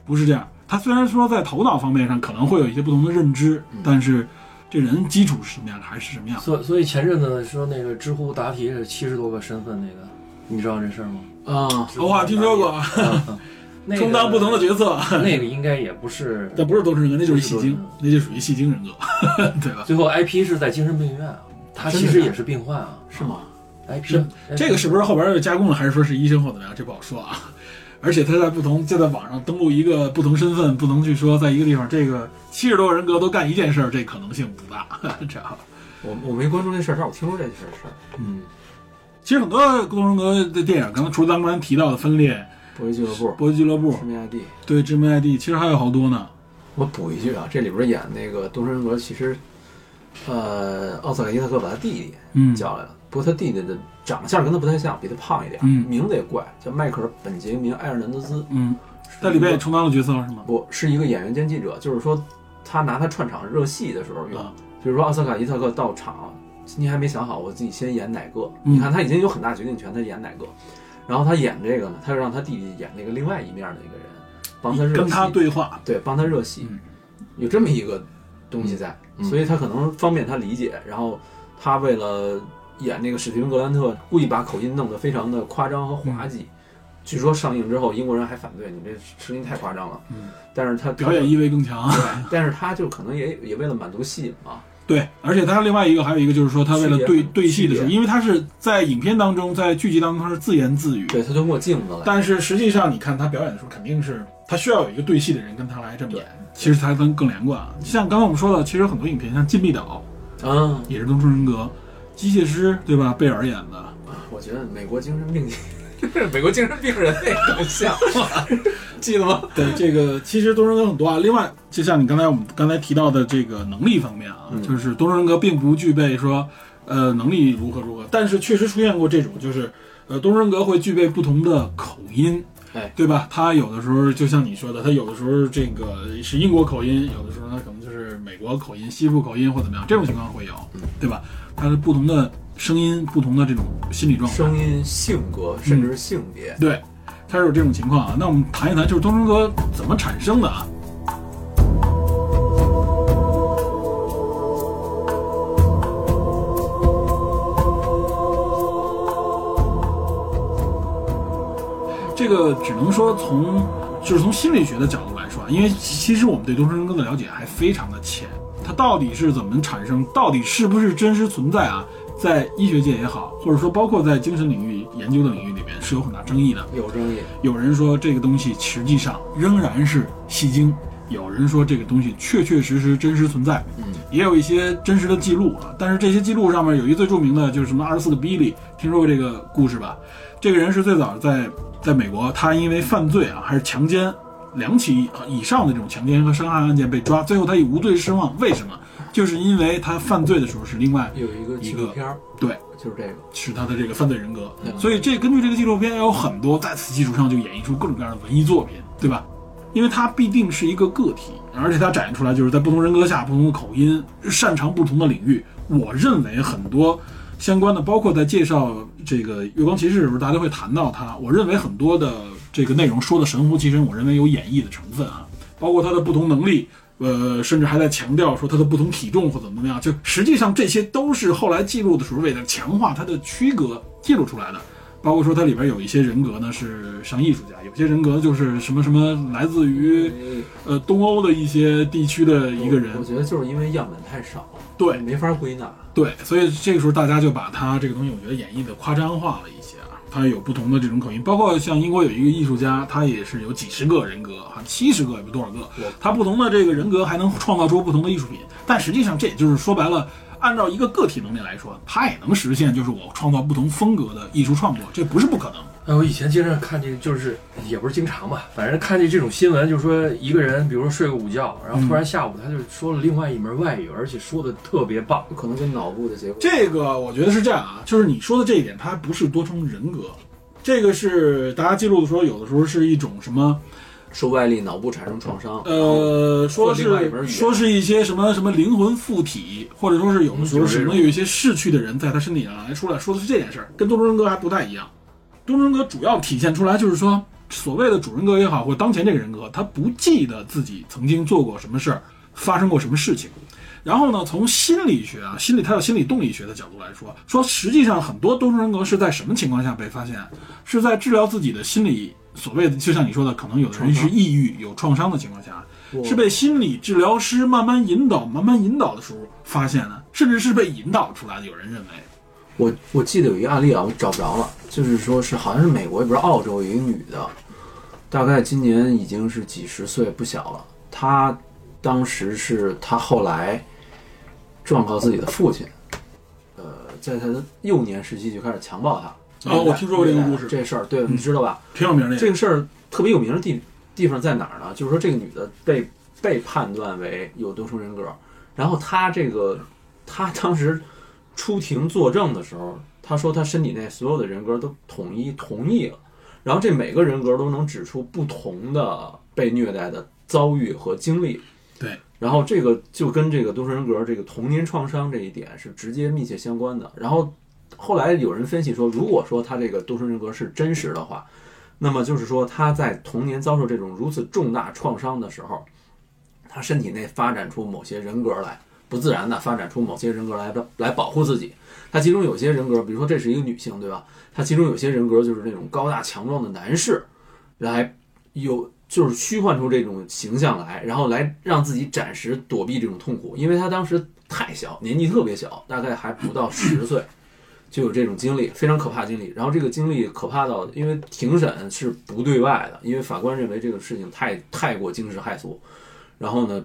不是这样。他虽然说在头脑方面上可能会有一些不同的认知，但是这人基础是什么样的还是什么样的。所所以前阵子说那个知乎答题是七十多个身份那个，你知道这事儿吗？啊， 我好像听说过，啊 那个充当不同的角色，那个应该也 不是，但不是多重人格，那就是戏精不是多重人，那就属于戏精人格， 对吧？最后 IP 是在精神病院啊，他其实也是病患啊是吗？ ，IP 是这个是不是后边又加工了，还是说是医生或怎么样？这不好说啊。而且他在不同就在网上登录一个不同身份，不能去说在一个地方这个七十多个人格都干一件事儿，这可能性不大。 这样，我我没关注这事儿，但我听说这事儿事儿。嗯，其实很多多人格的电影，刚才除了咱们刚才提到的《分裂博弈俱乐》 《部，搏击俱乐部》什么 ID？对《致命 ID》，其实还有好多呢。我补一句啊，这里边演那个东升人格，其实，呃，奥斯卡伊萨克把他弟嗯弟，叫来了，不过他弟弟的长相跟他不太像，比他胖一点，嗯名字也怪，叫迈克尔·本杰明·埃尔南德兹，嗯，在里边也充当了角色是吗？不是一个演员兼记者，就是说他拿他串场热戏的时候用，啊比如说奥斯卡伊萨克到场，今天还没想好我自己先演哪个，嗯你看他已经有很大决定权，他演哪个，然后他演这个呢，他就让他弟弟演那个另外一面的一个人，帮他热戏，跟他对话，对，帮他热戏嗯，有这么一个东西在，嗯所以他可能方便他理解。然后他为了演那个史蒂芬·格兰特，故意把口音弄得非常的夸张和滑稽。嗯据说上映之后，英国人还反对你这声音太夸张了。嗯，但是他表演意味更强。但是他就可能也也为了满足戏嘛，对，而且他另外一个还有一个就是说，他为了区别对对戏的时候，区别因为他是在影片当中，在剧集当中他是自言自语，对，他就过镜子来。但是实际上你看他表演的时候，肯定是他需要有一个对戏的人跟他来这么演，其实才能更连贯啊。像刚刚我们说的，其实有很多影片，像《禁闭岛嗯》，也是东出人格，《机械师》对吧？贝尔演的，我觉得美国精神病，美国精神病人 那个像，记得吗？对这个其实多重人格很多啊。另外，就像你刚才我们刚才提到的这个能力方面啊，就是多重人格并不具备说呃能力如何如何，但是确实出现过这种，就是呃多重人格会具备不同的口音。哎对吧？他有的时候就像你说的，他有的时候这个是英国口音，有的时候他可能就是美国口音、西部口音或怎么样，这种情况会有，对吧？他的不同的声音、不同的这种心理状态，声音、性格，甚至是性别，对，它是有这种情况啊。那我们谈一谈，就是东升哥怎么产生的啊？这个只能说从就是从心理学的角度来说啊，因为其实我们对东升哥的了解还非常的浅，它到底是怎么产生，到底是不是真实存在啊？在医学界也好，或者说包括在精神领域研究的领域里面是有很大争议的。有争议。有人说这个东西实际上仍然是戏精，有人说这个东西确确实实真实存在，嗯，也有一些真实的记录啊。但是这些记录上面有一最著名的就是什么二十四个比利，听说过这个故事吧？这个人是最早在在美国，他因为犯罪啊，还是强奸两起呃以上的这种强奸和伤害案件被抓，最后他以无罪释放，为什么？就是因为他犯罪的时候是另外有一个纪录片儿，对就是这个。是他的这个犯罪人格，嗯所以这根据这个纪录片有很多在此基础上就演绎出各种各样的文艺作品，对吧？因为他必定是一个个体，而且他展现出来就是在不同人格下、不同的口音，擅长不同的领域。我认为很多相关的，包括在介绍这个《月光骑士》的时候，大家会谈到他。我认为很多的这个内容说的神乎其神，我认为有演绎的成分啊，包括他的不同能力，呃，甚至还在强调说他的不同体重或怎么怎么样，就实际上这些都是后来记录的时候为了强化它的区隔记录出来的。包括说它里边有一些人格呢是像艺术家，有些人格就是什么什么来自于呃东欧的一些地区的一个我我人，觉得就是因为样本太少，对没法归纳。对，所以这个时候大家就把他这个东西，我觉得演绎的夸张化了一些啊。他有不同的这种口音，包括像英国有一个艺术家，他也是有几十个人格，啊，七十个也不多少个我，他不同的这个人格还能创造出不同的艺术品。但实际上，这也就是说白了，按照一个个体能力来说，他也能实现，就是我创造不同风格的艺术创作，这不是不可能。哎，我以前经常看这个，就是也不是经常吧，反正看见这种新闻，就是说一个人，比如说睡个午觉，然后突嗯然下午他就说了另外一门外语，而且说的特别棒。可能跟脑部的结构。这个我觉得是这样啊，就是你说的这一点，它还不是多重人格，这个是大家记录的时候，有的时候是一种什么，受外力脑部产生创伤，然后呃，说或另外一门语是言说是一些什么什么灵魂附体，或者说是有的时候嗯就是是这能种有一些逝去的人在他身体上来出来，说的是这件事儿，跟多重人格还不太一样。多重人格主要体现出来就是说，所谓的主人格也好，或者当前这个人格，他不记得自己曾经做过什么事儿，发生过什么事情。然后呢，从心理学啊，心理它有心理动力学的角度来说，说实际上很多多重人格是在什么情况下被发现？是在治疗自己的心理所谓的，就像你说的，可能有的人是抑郁、有创伤的情况下，是被心理治疗师慢慢引导、慢慢引导的时候发现的，甚至是被引导出来的。有人认为，我我记得有一个案例啊，我找不着了，就是说是好像是美国，也不是澳洲，有一个女的，大概今年已经是几十岁不小了。她当时是她后来状告自己的父亲，呃，在她的幼年时期就开始强暴她。哦我听说过这个故事这事儿对，你知道吧？挺有名的。这个事儿特别有名的地地方在哪儿呢？就是说这个女的被被判断为有多重人格，然后她这个她当时出庭作证的时候，她说她身体内所有的人格都统一同意了，然后这每个人格都能指出不同的被虐待的遭遇和经历。对，然后这个就跟这个多重人格这个童年创伤这一点是直接密切相关的。然后后来有人分析说，如果说他这个多重人格是真实的话，那么就是说他在童年遭受这种如此重大创伤的时候，他身体内发展出某些人格来，不自然的发展出某些人格来来保护自己。他其中有些人格，比如说这是一个女性，对吧？他其中有些人格就是那种高大强壮的男士，来有就是虚幻出这种形象来，然后来让自己暂时躲避这种痛苦，因为他当时太小，年纪特别小，大概还不到十岁，就有这种经历，非常可怕的经历。然后这个经历可怕到，因为庭审是不对外的，因为法官认为这个事情太太过惊世骇俗，然后呢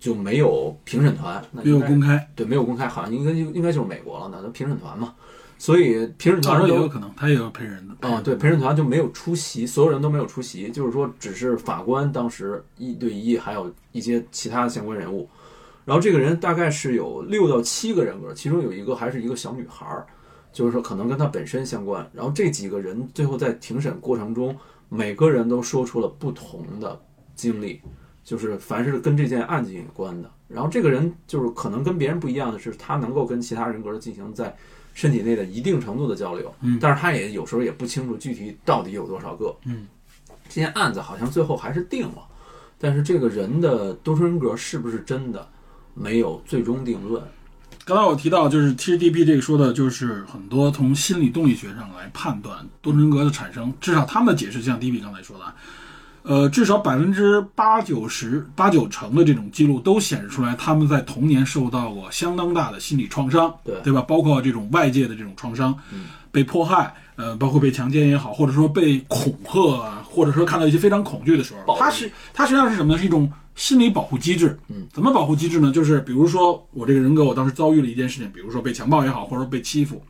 就没有评审团，那没应有该公开，对没有公开，好像应该应该就是美国了，那都评审团嘛，所以评审到团时候也有有可能他也有陪人的。啊，对，陪审团就没有出席，所有人都没有出席，就是说只是法官当时一对一，还有一些其他的相关人物。然后这个人大概是有六到七个人格，其中有一个还是一个小女孩儿，就是说可能跟她本身相关。然后这几个人最后在庭审过程中，每个人都说出了不同的经历，就是凡是跟这件案件有关的。然后这个人就是可能跟别人不一样的是，他能够跟其他人格进行在身体内的一定程度的交流，嗯但是他也有时候也不清楚具体到底有多少个，嗯，这件案子好像最后还是定了，但是这个人的多重人格是不是真的，没有最终定论，刚才我提到，就是 TDP 这个说的，就是很多从心理动力学上来判断多重人格的产生，至少他们的解释，就像 DB 刚才说的啊，呃，至少百分之八九十、八九成的这种记录都显示出来，他们在童年受到过相当大的心理创伤，对对吧？包括这种外界的这种创伤，被迫害，呃，包括被强奸也好，或者说被恐吓啊，或者说看到一些非常恐惧的时候，保它护是它实际上是什么呢？是一种心理保护机制。嗯，怎么保护机制呢？就是比如说我这个人格，我当时遭遇了一件事情，比如说被强暴也好，或者说被欺负，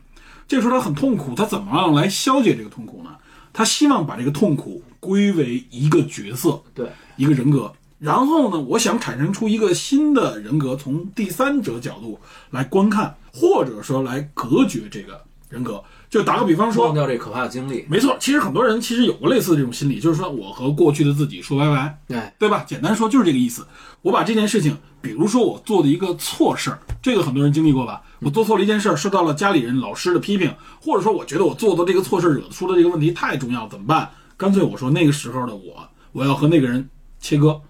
这个时候他很痛苦，他怎么样来消解这个痛苦呢？他希望把这个痛苦归为一个角色，对，一个人格。然后呢，我想产生出一个新的人格，从第三者角度来观看，或者说来隔绝这个人格。就打个比方忘说，掉这可怕的经历，没错，其实很多人其实有过类似的这种心理，就是说我和过去的自己说拜拜，哎，对吧？简单说就是这个意思。我把这件事情，比如说我做的一个错事儿，这个很多人经历过吧？我做错了一件事儿，受到了家里人、老师的批评，或者说我觉得我做的这个错事儿惹出的这个问题太重要，怎么办？干脆我说那个时候的我，我要和那个人切割。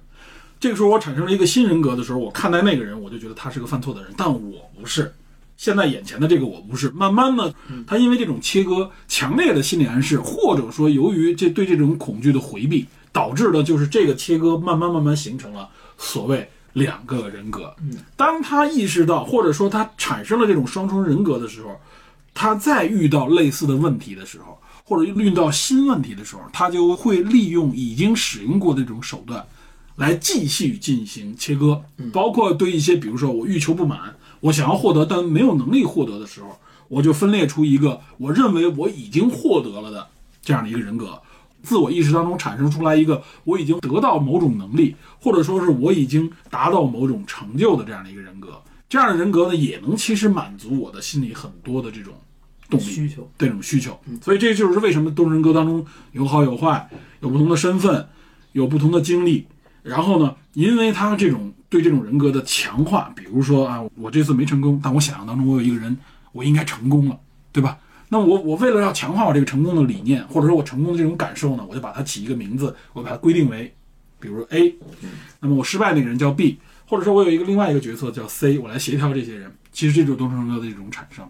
这个时候我产生了一个新人格的时候，我看待那个人，我就觉得他是个犯错的人，但我不是。现在眼前的这个我不是，慢慢的，他因为这种切割强烈的心理暗示，或者说由于这对这种恐惧的回避，导致的就是这个切割慢慢慢慢形成了所谓两个人格。当他意识到或者说他产生了这种双重人格的时候，他再遇到类似的问题的时候，或者遇到新问题的时候，他就会利用已经使用过的这种手段，来继续进行切割，包括对一些比如说我欲求不满，我想要获得但没有能力获得的时候，我就分裂出一个我认为我已经获得了的这样的一个人格，自我意识当中产生出来一个我已经得到某种能力，或者说是我已经达到某种成就的这样的一个人格。这样的人格呢，也能其实满足我的心里很多的这种动力需求。这种需求。所以这就是为什么多重人格当中有好有坏，有不同的身份，有有不同的经历。然后呢，因为他这种对这种人格的强化，比如说啊，我这次没成功，但我想象当中我有一个人，我应该成功了，对吧？那我我为了要强化我这个成功的理念，或者说我成功的这种感受呢，我就把它起一个名字，我把它规定为，比如 A，那么我失败那个人叫 B，或者说我有一个另外一个角色叫 C，我来协调这些人。其实这就是多重人格的一种产生。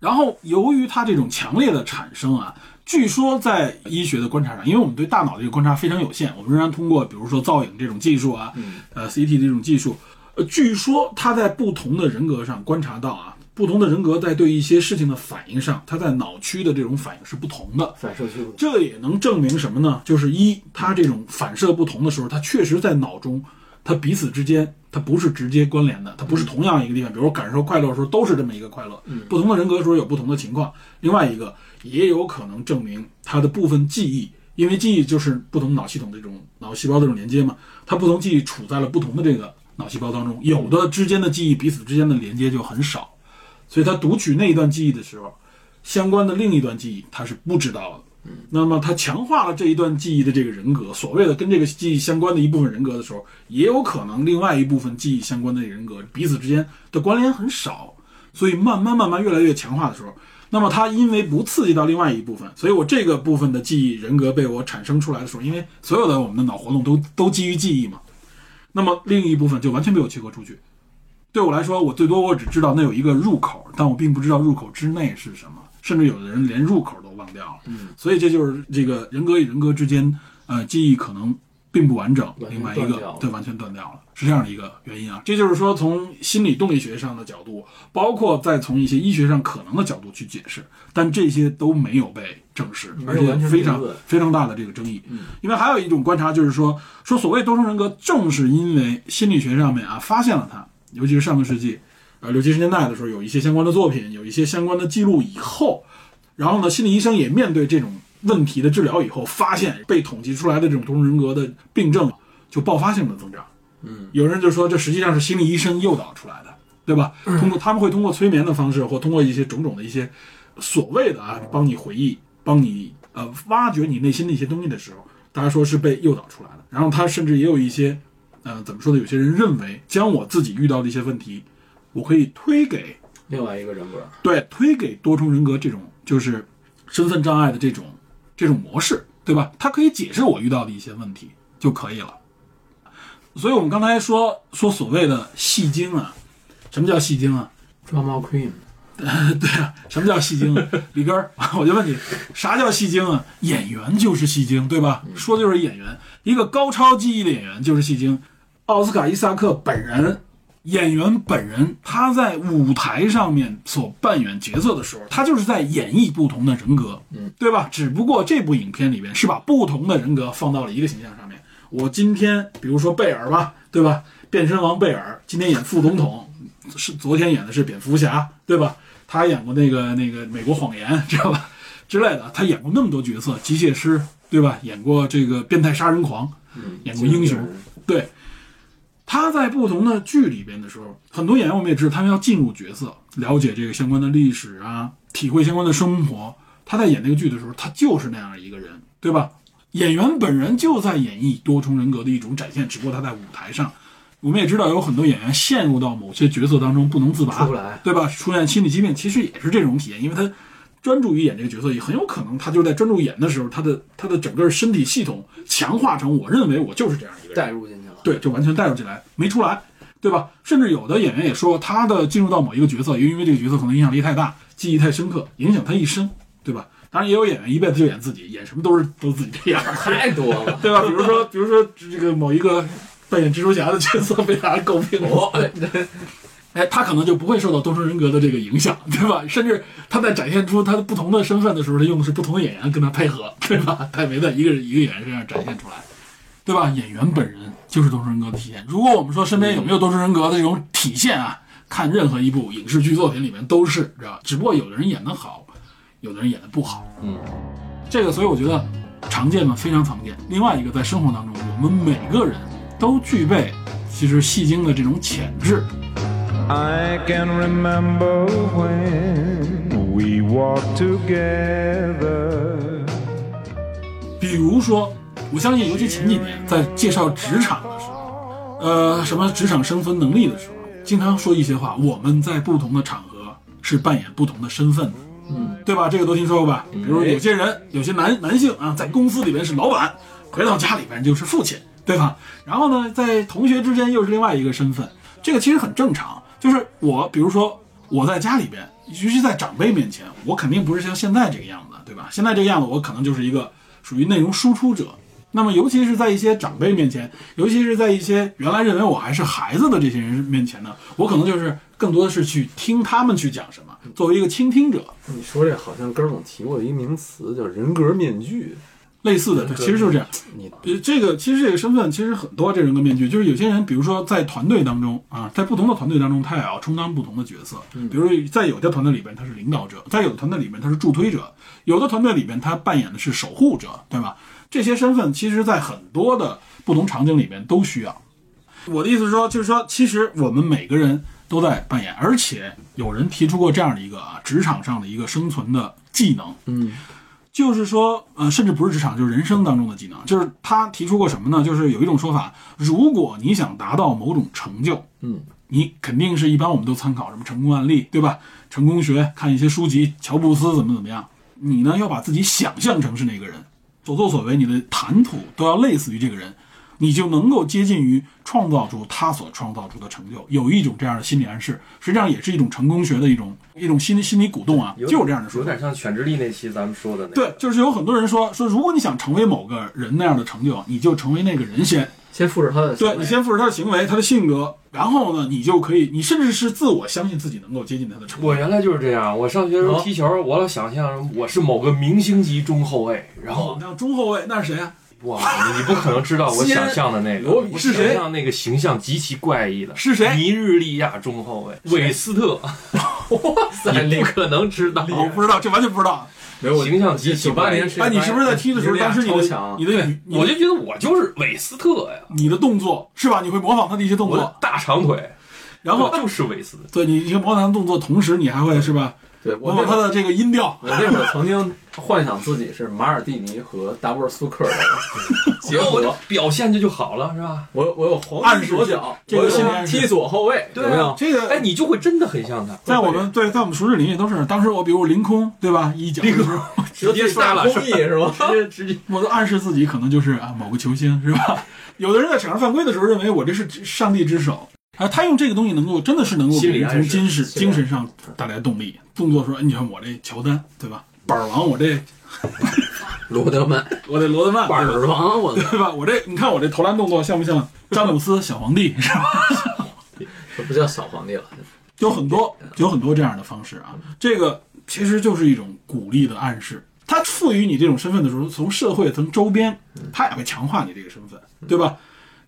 然后，由于它这种强烈的产生啊，据说在医学的观察上，因为我们对大脑的这个观察非常有限，我们仍然通过比如说造影这种技术啊，呃 CT 这种技术，呃，据说它在不同的人格上观察到啊，不同的人格在对一些事情的反应上，它在脑区的这种反应是不同的。反射区。这也能证明什么呢？就是一，它这种反射不同的时候，它确实在脑中，它彼此之间它不是直接关联的，它不是同样一个地方。比如感受快乐的时候都是这么一个快乐，不同的人格的时候有不同的情况。另外一个也有可能证明它的部分记忆，因为记忆就是不同脑系统的这种脑细胞的这种连接嘛，它不同记忆处在了不同的这个脑细胞当中，有的之间的记忆彼此之间的连接就很少，所以它读取那一段记忆的时候，相关的另一段记忆它是不知道的。那么他强化了这一段记忆的这个人格，所谓的跟这个记忆相关的一部分人格的时候，也有可能另外一部分记忆相关的人格彼此之间的关联很少，所以慢慢慢慢越来越强化的时候，那么它因为不刺激到另外一部分，所以我这个部分的记忆人格被我产生出来的时候，因为所有的我们的脑活动都都基于记忆嘛，那么另一部分就完全被我切割出去。对我来说，我最多我只知道那有一个入口，但我并不知道入口之内是什么，甚至有的人连入口都忘掉了。嗯，所以这就是这个人格与人格之间，呃，记忆可能并不完整。完全另外一断掉个了对完全断掉了，是这样的一个原因啊。这就是说，从心理动力学上的角度，包括再从一些医学上可能的角度去解释，但这些都没有被证实，没有而且完全非常定论嗯非常大的这个争议。因为还有一种观察就是说，说所谓多重人格，正是因为心理学上面啊发现了它，尤其是上个世纪，呃六七十年代的时候，有一些相关的作品，有一些相关的记录以后，然后呢，心理医生也面对这种问题的治疗以后，发现被统计出来的这种多重人格的病症就爆发性的增长。嗯，有人就说这实际上是心理医生诱导出来的，对吧？嗯通过他们会通过催眠的方式，或通过一些种种的一些所谓的啊，帮你回忆，帮你呃挖掘你内心的一些东西的时候，大家说是被诱导出来的。然后他甚至也有一些，呃，怎么说呢？有些人认为，将我自己遇到的一些问题，我可以推给另外一个人格，对，推给多重人格这种就是身份障碍的这种这种模式，对吧？它可以解释我遇到的一些问题就可以了。所以我们刚才说说所谓的戏精啊，什么叫戏精啊？ drama queen，对啊，什么叫戏精啊？李根儿， 我就问你，啥叫戏精啊？演员就是戏精，对吧？说的就是演员，一个高超技艺的演员就是戏精。奥斯卡·伊萨克本人，演员本人，他在舞台上面所扮演角色的时候，他就是在演绎不同的人格，嗯，对吧？只不过这部影片里边是把不同的人格放到了一个形象上面。我今天，比如说贝尔吧，对吧？变身王贝尔今天演副总统，是昨天演的是蝙蝠侠，对吧？他还演过那个那个《美国谎言》， 知道吧？之类的，他演过那么多角色，机械师，对吧？演过这个变态杀人狂，演过英雄，对。他在不同的剧里边的时候，很多演员我们也知道，他们要进入角色，了解这个相关的历史啊，体会相关的生活。他在演那个剧的时候，他就是那样一个人，对吧？演员本人就在演绎多重人格的一种展现，只不过他在舞台上。我们也知道有很多演员陷入到某些角色当中不能自拔，出不来对吧？出现心理疾病其实也是这种体验，因为他专注于演这个角色，也很有可能他就在专注演的时候，他的他的整个身体系统强化成我认为我就是这样一个人，带入进去了。对，就完全带入进来，没出来，对吧？甚至有的演员也说，他的进入到某一个角色，因为这个角色可能影响力太大，记忆太深刻，影响他一生，对吧？当然也有演员一辈子就演自己，演什么都是都自己这样，，太多了对吧？比如说，比如说这个某一个扮演蜘蛛侠的角色被大家诟病过，哎，他可能就不会受到多重人格的这个影响，对吧？甚至他在展现出他的不同的身份的时候，他用的是不同的演员跟他配合，对吧？他也没在一个人一个演员身上展现出来，对吧？演员本人就是多重人格的体现。如果我们说身边有没有多重人格的这种体现啊，看任何一部影视剧作品里面都是，知道吧？只不过有的人演得好，有的人演得不好。这个，所以我觉得常见嘛，非常常见。另外一个，在生活当中，我们每个人都具备其实戏精的这种潜质。 I can remember when we walked together. 比如说，我相信，尤其前几年在介绍职场的时候，呃，什么职场生存能力的时候，经常说一些话。我们在不同的场合是扮演不同的身份的，嗯，对吧？这个都听说过吧？比如有些人，有些男男性啊，在公司里边是老板，回到家里边就是父亲，对吧？然后呢，在同学之间又是另外一个身份，这个其实很正常。就是我，比如说我在家里边，尤其在长辈面前，我肯定不是像现在这个样子，对吧？现在这个样子，我可能就是一个属于内容输出者。那么，尤其是在一些长辈面前，尤其是在一些原来认为我还是孩子的这些人面前呢，我可能就是更多的是去听他们去讲什么，作为一个倾听者， 你说这好像根儿总提过的一个名词叫人格面具，类似的，对，其实就是这样。你呃，这个其实这个身份其实很多这人格面具，就是有些人，比如说在团队当中啊，在不同的团队当中，他也要充当不同的角色。比如在有的团队里边他是领导者，在有的团队里边他是助推者，有的团队里边他扮演的是守护者，对吧？这些身份其实，在很多的不同场景里边都需要。我的意思是说，就是说，其实我们每个人都在扮演，而且有人提出过这样的一个啊，职场上的一个生存的技能，嗯就是说，呃，甚至不是职场，就是人生当中的技能。就是他提出过什么呢？就是有一种说法，如果你想达到某种成就，嗯，你肯定是一般我们都参考什么成功案例，对吧？成功学，看一些书籍，乔布斯怎么怎么样。你呢，要把自己想象成是那个人，所作所为，你的谈吐都要类似于这个人，你就能够接近于创造出他所创造出的成就。有一种这样的心理暗示，实际上也是一种成功学的一种一种心理心理鼓动啊，就有这样的说有法。点像《犬之力》那期咱们说的那个。对，就是有很多人说说，如果你想成为某个人那样的成就，你就成为那个人先。先复制他的行为，对你先复制他的行为、他的性格，然后呢，你就可以，你甚至是自我相信自己能够接近他的成我就。原来就是这样，我上学的时候哦踢球，我老想象我是某个明星级中后卫，哦然后，那中后卫那是谁啊？哇，你你不可能知道我想象的那个，罗比我是谁想象那个形象极其怪异的，是谁尼日利亚中后卫韦斯特，你不可能知道，哦我不知道，这完全不知道。啊没有形象极其九八怪异年世界哎，杯，你是不是在踢的时候，尼日利亚当时你超的强你的语你我的就觉得我就是韦斯特呀，你的动作是吧？你会模仿他的一些动我的作，大长腿，然后我就是韦斯特。对你你模仿他的动作，同时你还会是吧？对模我仿那他会儿的这个音调。我那会儿曾经幻想自己是马尔蒂尼和达波尔苏克的结然后我合的，表现这就好了，是吧？我我有黄暗金示左脚，这个我有心理暗示踢左后卫，有没有？这个哎，你就会真的很像他，在我们对在我们熟知领域都是，当时我比如凌空对吧？一脚凌空，直接杀了，有自 己大空翼是吧？直接直接我都暗示自己可能就是啊某个球星是吧？ 有的人在场上犯规的时候认为我这是上帝之手，啊，他用这个东西能够真的是能够给心理人暗从示精神心理精暗示神上带来动力。动作说，哎你看我这乔丹对吧？板儿王我这罗德曼 我这罗德曼板儿王，我对吧？我这你看我这投篮动作像不像詹姆斯小皇帝是吧？这不叫小皇帝了，有很多有很多这样的方式啊。这个其实就是一种鼓励的暗示。它赋予你这种身份的时候，从社会从周边，它也会强化你这个身份，对吧？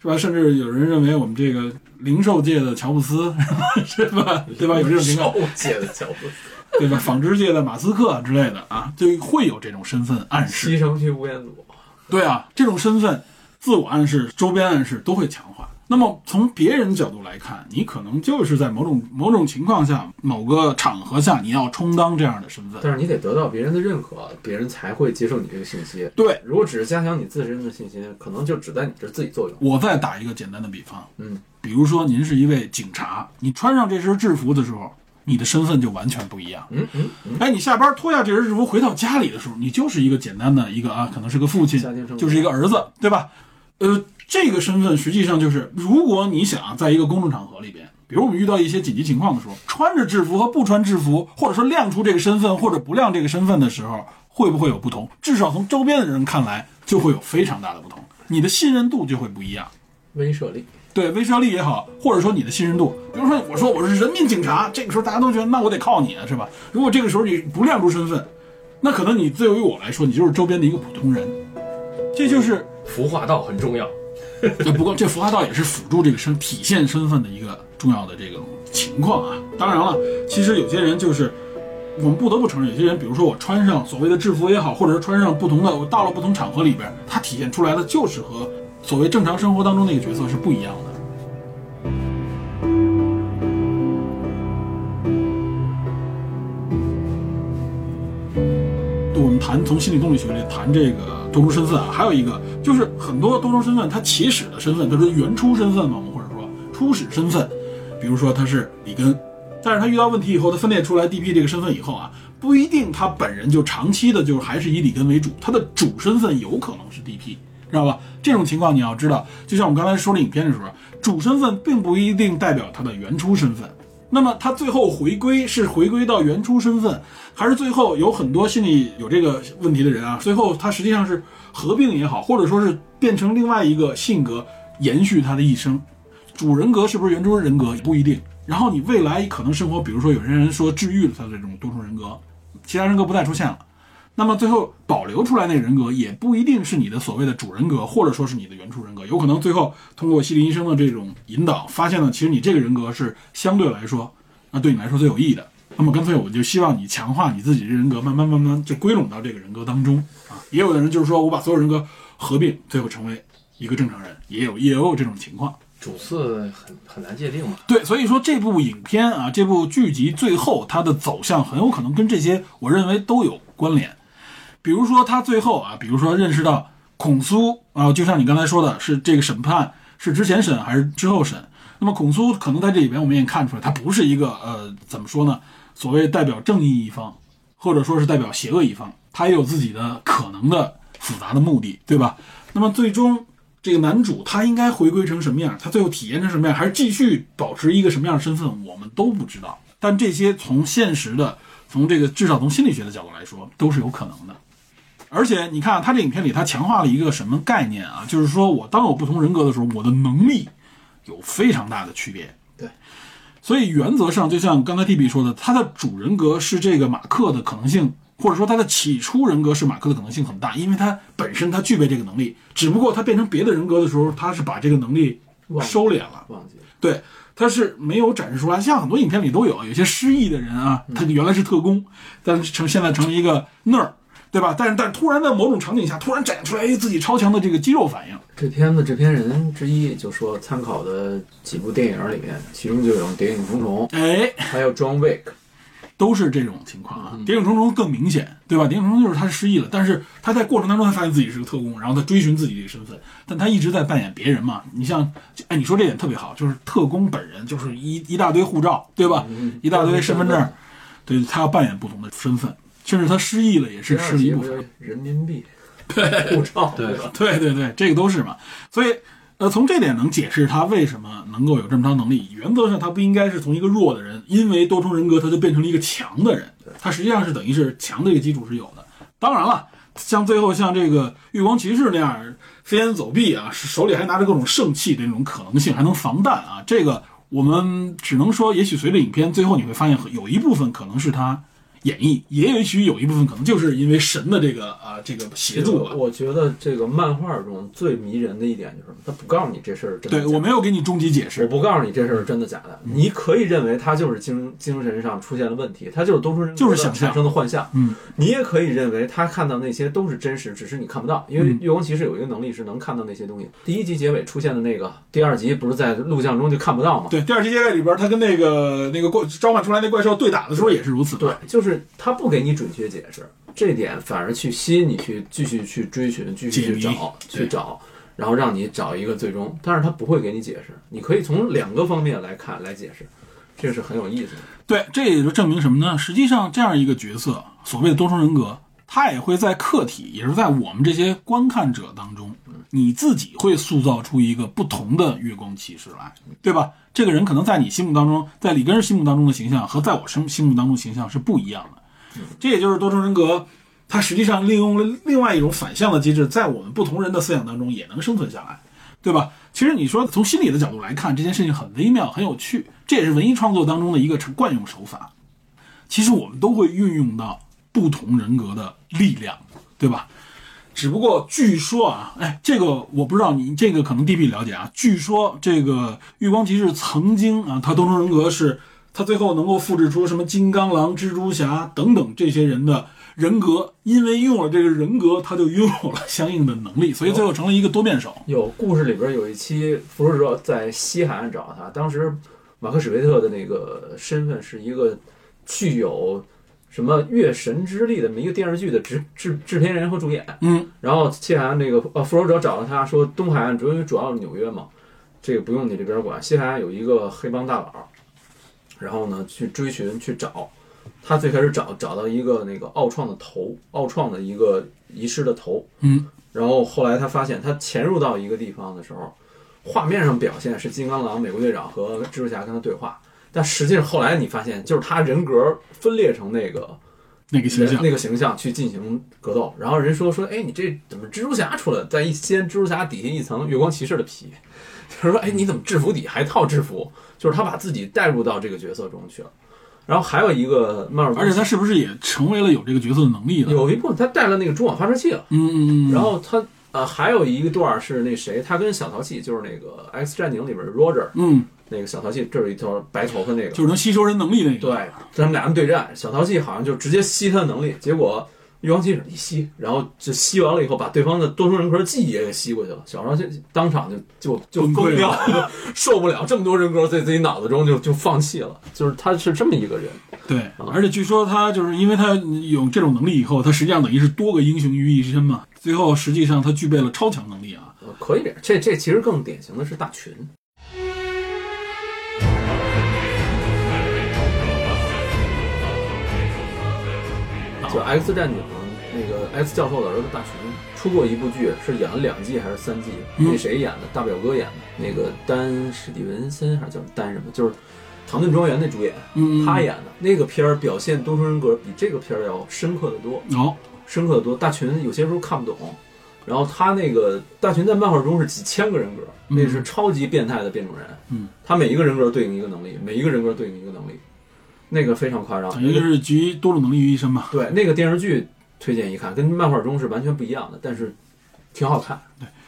是吧？甚至有人认为我们这个零售界的乔布斯， 是吧？对吧？有这种情况，我界的脚步，对吧？纺织界的马斯克之类的啊，就会有这种身份暗示。西城区吴彦祖，对啊，这种身份、自我暗示、周边暗示都会强化。那么从别人角度来看，你可能就是在某种某种情况下、某个场合下，你要充当这样的身份。但是你得得到别人的认可，别人才会接受你这个信息。对，如果只是加强你自身的信心，可能就只在你这儿自己作用。我再打一个简单的比方，嗯，比如说您是一位警察，你穿上这身制服的时候，你的身份就完全不一样。嗯嗯，哎，你下班脱下这身制服回到家里的时候，你就是一个简单的一个啊，可能是个父亲家庭成，员就是一个儿子，对吧？呃，这个身份实际上就是，如果你想在一个公众场合里边，比如我们遇到一些紧急情况的时候，穿着制服和不穿制服，或者说亮出这个身份或者不亮这个身份的时候，会不会有不同？至少从周边的人看来，就会有非常大的不同，你的信任度就会不一样。威慑力，对威慑力也好，或者说你的信任度，比如说我说我是人民警察，这个时候大家都觉得那我得靠你啊，是吧？如果这个时候你不亮出身份，那可能你对于我来说，你就是周边的一个普通人。这就是服化道很重要。呃不过这服化道也是辅助这个身体现身份的一个重要的这种情况啊。当然了，其实有些人就是我们不得不承认，有些人，比如说我穿上所谓的制服也好，或者是穿上不同的，我到了不同场合里边，他体现出来的就是和所谓正常生活当中那个角色是不一样的。我们谈从心理动力学里谈这个多重身份啊，还有一个就是很多多重身份，它起始的身份，它是原初身份嘛，我们或者说初始身份，比如说他是里根，但是他遇到问题以后，他分裂出来 DP 这个身份以后啊，不一定他本人就长期的就还是以里根为主，他的主身份有可能是 DP，知道吧？这种情况你要知道，就像我们刚才说的影片的时候，主身份并不一定代表他的原初身份。那么他最后回归是回归到原初身份，还是最后有很多心理有这个问题的人啊？最后他实际上是合并也好，或者说是变成另外一个性格，延续他的一生。主人格是不是原初人格不一定。然后你未来可能生活，比如说有些人说治愈了他的这种多重人格，其他人格不再出现了，那么最后保留出来那个人格也不一定是你的所谓的主人格，或者说是你的原初人格，有可能最后通过心理医生的这种引导，发现了其实你这个人格是相对来说啊对你来说最有益的。那么干脆我就希望你强化你自己的人格，慢慢慢慢就归拢到这个人格当中啊。也有的人就是说我把所有人格合并，最后成为一个正常人，也有也有这种情况。主次很很难界定嘛。对，所以说这部影片啊，这部剧集最后它的走向很有可能跟这些，我认为都有关联。比如说他最后啊，比如说认识到孔苏啊，就像你刚才说的，是这个审判是呃之前审还是之后审？那么孔苏可能在这里边我们也看出来，他不是一个呃，怎么说呢？所谓代表正义一方，或者说是代表邪恶一方，他也有自己的可能的复杂的目的，对吧？那么最终这个男主他应该回归成什么样？他最后体验成什么样？还是继续保持一个什么样的身份？我们都不知道。但这些从现实的，从这个至少从心理学的角度来说，都是有可能的。而且你看，他这影片里他强化了一个什么概念啊？就是说我当有不同人格的时候，我的能力有非常大的区别。所以原则上，就像刚才 T B 说的，他的主人格是这个马克的可能性，或者说他的起初人格是马克的可能性很大，因为他本身他具备这个能力，只不过他变成别的人格的时候，他是把这个能力收敛了。忘记了。对，他是没有展示出来，像很多影片里都有，有些失忆的人啊，他原来是特工，但是成现在成了一个那儿，对吧？但是但是突然在某种场景下，突然展现出来哎自己超强的这个肌肉反应，这片子制片人之一就说，参考的几部电影里面，其中就有《谍影重重哎，》，还有《John Wick》。都是这种情况啊。谍影重重更明显，对吧？谍影重重就是他失忆了，但是他在过程当中他发现自己是个特工，然后他追寻自己这个身份，但他一直在扮演别人嘛。你像，哎，你说这点特别好，就是特工本人就是一一大堆护照，对吧？一大堆身份证，嗯对他要扮演不同的身份，甚至他失忆了也是失了一部分。人民币，护照，对吧？对对对，这个都是嘛。所以，呃，从这点能解释他为什么能够有这么强能力。原则上，他不应该是从一个弱的人，因为多重人格，他就变成了一个强的人。他实际上是等于是强的一个基础是有的。当然了，像最后像这个月光骑士那样飞檐走壁啊，手里还拿着各种圣器的那种可能性，还能防弹啊，这个我们只能说，也许随着影片最后你会发现，有一部分可能是他。演绎也也许有一部分可能就是因为神的这个啊、这个协助吧，我觉得这个漫画中最迷人的一点就是，他不告诉你这事儿真的假对的。我没有给你终极解我释，不告诉你这事儿是真的假的，嗯你可以认为他就是精精神上出现了问题，他就是多重人格就是想象产生的幻象。嗯，你也可以认为他看到那些都是真实，只是你看不到，嗯因为月光骑士有一个能力是能看到那些东西。第一集结尾出现的那个，第二集不是在录像中就看不到吗？对，第二集结尾里边，他跟那个那个怪召唤出来那怪兽对打的时候也是如此。对，就是他不给你准确解释，这点反而去吸引你去继续去追寻，继续解去谜找，去对找，然后让你找一个最终，但是他不会给你解释，你可以从两个方面来看来解释，这是很有意思的。对，这也就证明什么呢？实际上，这样一个角色，所谓的多重人格，他也会在客体，也是在我们这些观看者当中，你自己会塑造出一个不同的月光骑士来，对吧？这个人可能在你心目当中，在里根心目当中的形象和在我心心目当中的形象是不一样的。这也就是多重人格，它实际上利用了另外一种反向的机制，在我们不同人的思想当中也能生存下来，对吧？其实你说从心理的角度来看，这件事情很微妙，很有趣，这也是文艺创作当中的一个成惯用手法。其实我们都会运用到不同人格的力量，对吧？只不过据说啊，哎，这个我不知道你这个可能 D B 了解啊。据说这个月光骑士曾经啊，他多重人格是，他最后能够复制出什么金刚狼、蜘蛛侠等等这些人的人格，因为拥有了这个人格，他就拥有了相应的能力，所以最后成了一个多面手。有故事里边有一期福士说在西海岸找他，当时马克·史威特的那个身份是一个具有什么《月神之力》的这么一个电视剧的制制制片人和主演，嗯，然后西海岸这个呃复仇者找了他说东海岸主因为主要是纽约嘛，这个不用你这边管，西海岸有一个黑帮大佬，然后呢去追寻去找，他最开始找找到一个那个奥创的头，奥创的一个遗失的头，嗯，然后后来他发现他潜入到一个地方的时候，画面上表现是金刚狼、美国队长和蜘蛛侠跟他对话。但实际上，后来你发现，就是他人格分裂成那个那个形象，那个形象去进行格斗。然后人说说，哎，你这怎么蜘蛛侠出来了？在一掀蜘蛛侠底下一层月光骑士的皮，他说，哎，你怎么制服底还套制服？就是他把自己带入到这个角色中去了。然后还有一个漫尔，而且他是不是也成为了有这个角色的能力了？有一部分他带了那个中网发射器了。嗯，嗯嗯嗯，然后他呃还有一段儿是那谁，他跟小淘气，就是那个《X 战警》里边儿 Roger 嗯，那个小淘气，这有一头白头发那个，就是能吸收人能力那个，啊对，他们俩人对战，小淘气好像就直接吸他的能力，结果玉皇骑士一吸，然后就吸完了以后，把对方的多重人格记忆也给吸过去了。小淘气当场就就就崩溃崩了掉了，就受不了这么多人格在自己脑子中就就放弃了。就是他是这么一个人，对，而且据说他就是因为他有这种能力以后，他实际上等于是多个英雄于一身嘛。最后实际上他具备了超强能力啊。呃可以这样这这其实更典型的是大群。就《X 战警》那个 X 教授的儿子大群出过一部剧，是演了两季还是三季？嗯那谁演的？大表哥演的。那个丹史蒂文森还是叫丹什么？就是《唐顿庄园》那主演，嗯，他演的那个片儿表现多重人格比这个片儿要深刻的多。哦，深刻的多。大群有些时候看不懂，然后他那个大群在漫画中是几千个人格，嗯那是超级变态的变种人。嗯，他每一个人格对应一个能力，每一个人格对应一个能力，那个非常夸张。等于就是集多种能力于一身嘛。对那个电视剧推荐一看，跟漫画中是完全不一样的，但是挺好看。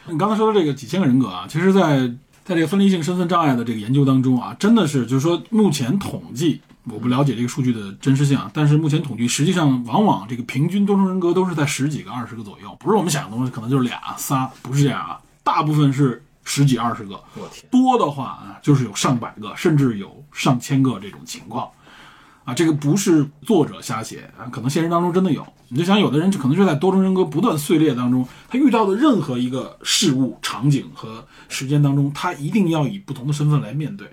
你刚才说的这个几千个人格啊，其实在在这个分离性身份障碍的这个研究当中啊，真的是就是说，目前统计我不了解这个数据的真实性啊，但是目前统计实际上往往这个平均多重人格都是在十几个、二十个左右，不是我们想的东西，可能就是俩、仨，不是这样啊，大部分是十几、二十个，我天，多的话啊，就是有上百个，甚至有上千个这种情况。啊，这个不是作者瞎写啊，可能现实当中真的有。你就想，有的人就可能是在多重人格不断碎裂当中，他遇到的任何一个事物、场景和时间当中，他一定要以不同的身份来面对，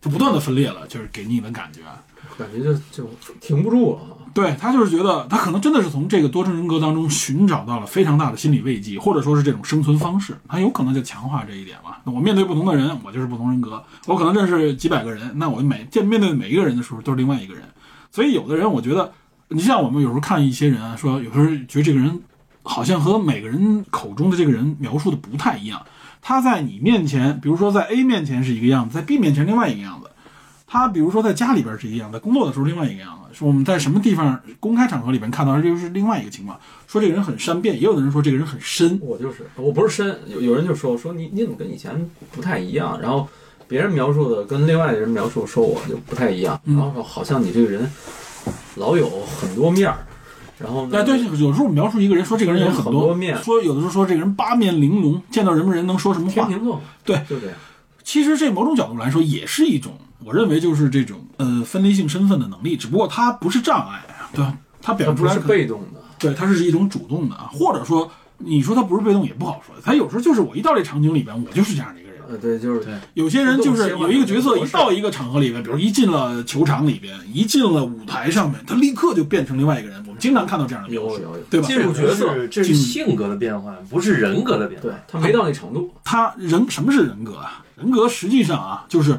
就不断的分裂了，就是给你的感觉啊。感觉就就停不住了啊。对他就是觉得他可能真的是从这个多重人格当中寻找到了非常大的心理慰藉，或者说是这种生存方式，他有可能就强化这一点嘛。那我面对不同的人，我就是不同人格，我可能认识几百个人，那我每见面对每一个人的时候都是另外一个人。所以有的人，我觉得你像我们有时候看一些人啊，说有时候觉得这个人好像和每个人口中的这个人描述的不太一样。他在你面前，比如说在 A 面前是一个样子，在 B 面前另外一个样子。他比如说在家里边是一个样，在工作的时候另外一个样子。说我们在什么地方公开场合里边看到，这就是另外一个情况。说这个人很善变，也有的人说这个人很深。我就是，我不是深，有有人就说说你你怎么跟以前不太一样，然后别人描述的跟另外的人描述说我就不太一样，嗯然后说好像你这个人老有很多面儿，然后呢哎，对，有时候我们描述一个人，说这个人有很很多面说有的时候说这个人八面玲珑，见到什么人能说什么天话。秤座对就这样，其实这某种角度来说，也是一种，我认为就是这种呃分离性身份的能力，只不过它不是障碍，对吧？它表现它出不来是可能被动的，对，它是一种主动的啊，或者说你说它不是被动也不好说，它有时候就是我一到这场景里边，我就是这样的一个人。呃，对，就是有些人就是有一个角色一到一个场合里边，比如一进了球场里边，一进了舞台上面，他立刻就变成另外一个人。我们经常看到这样的有描有述，有，对吧？进入角色，这是这是性格的变换，不是人格的变对换。他没到那程度，他人什么是人格啊？人格实际上啊，就是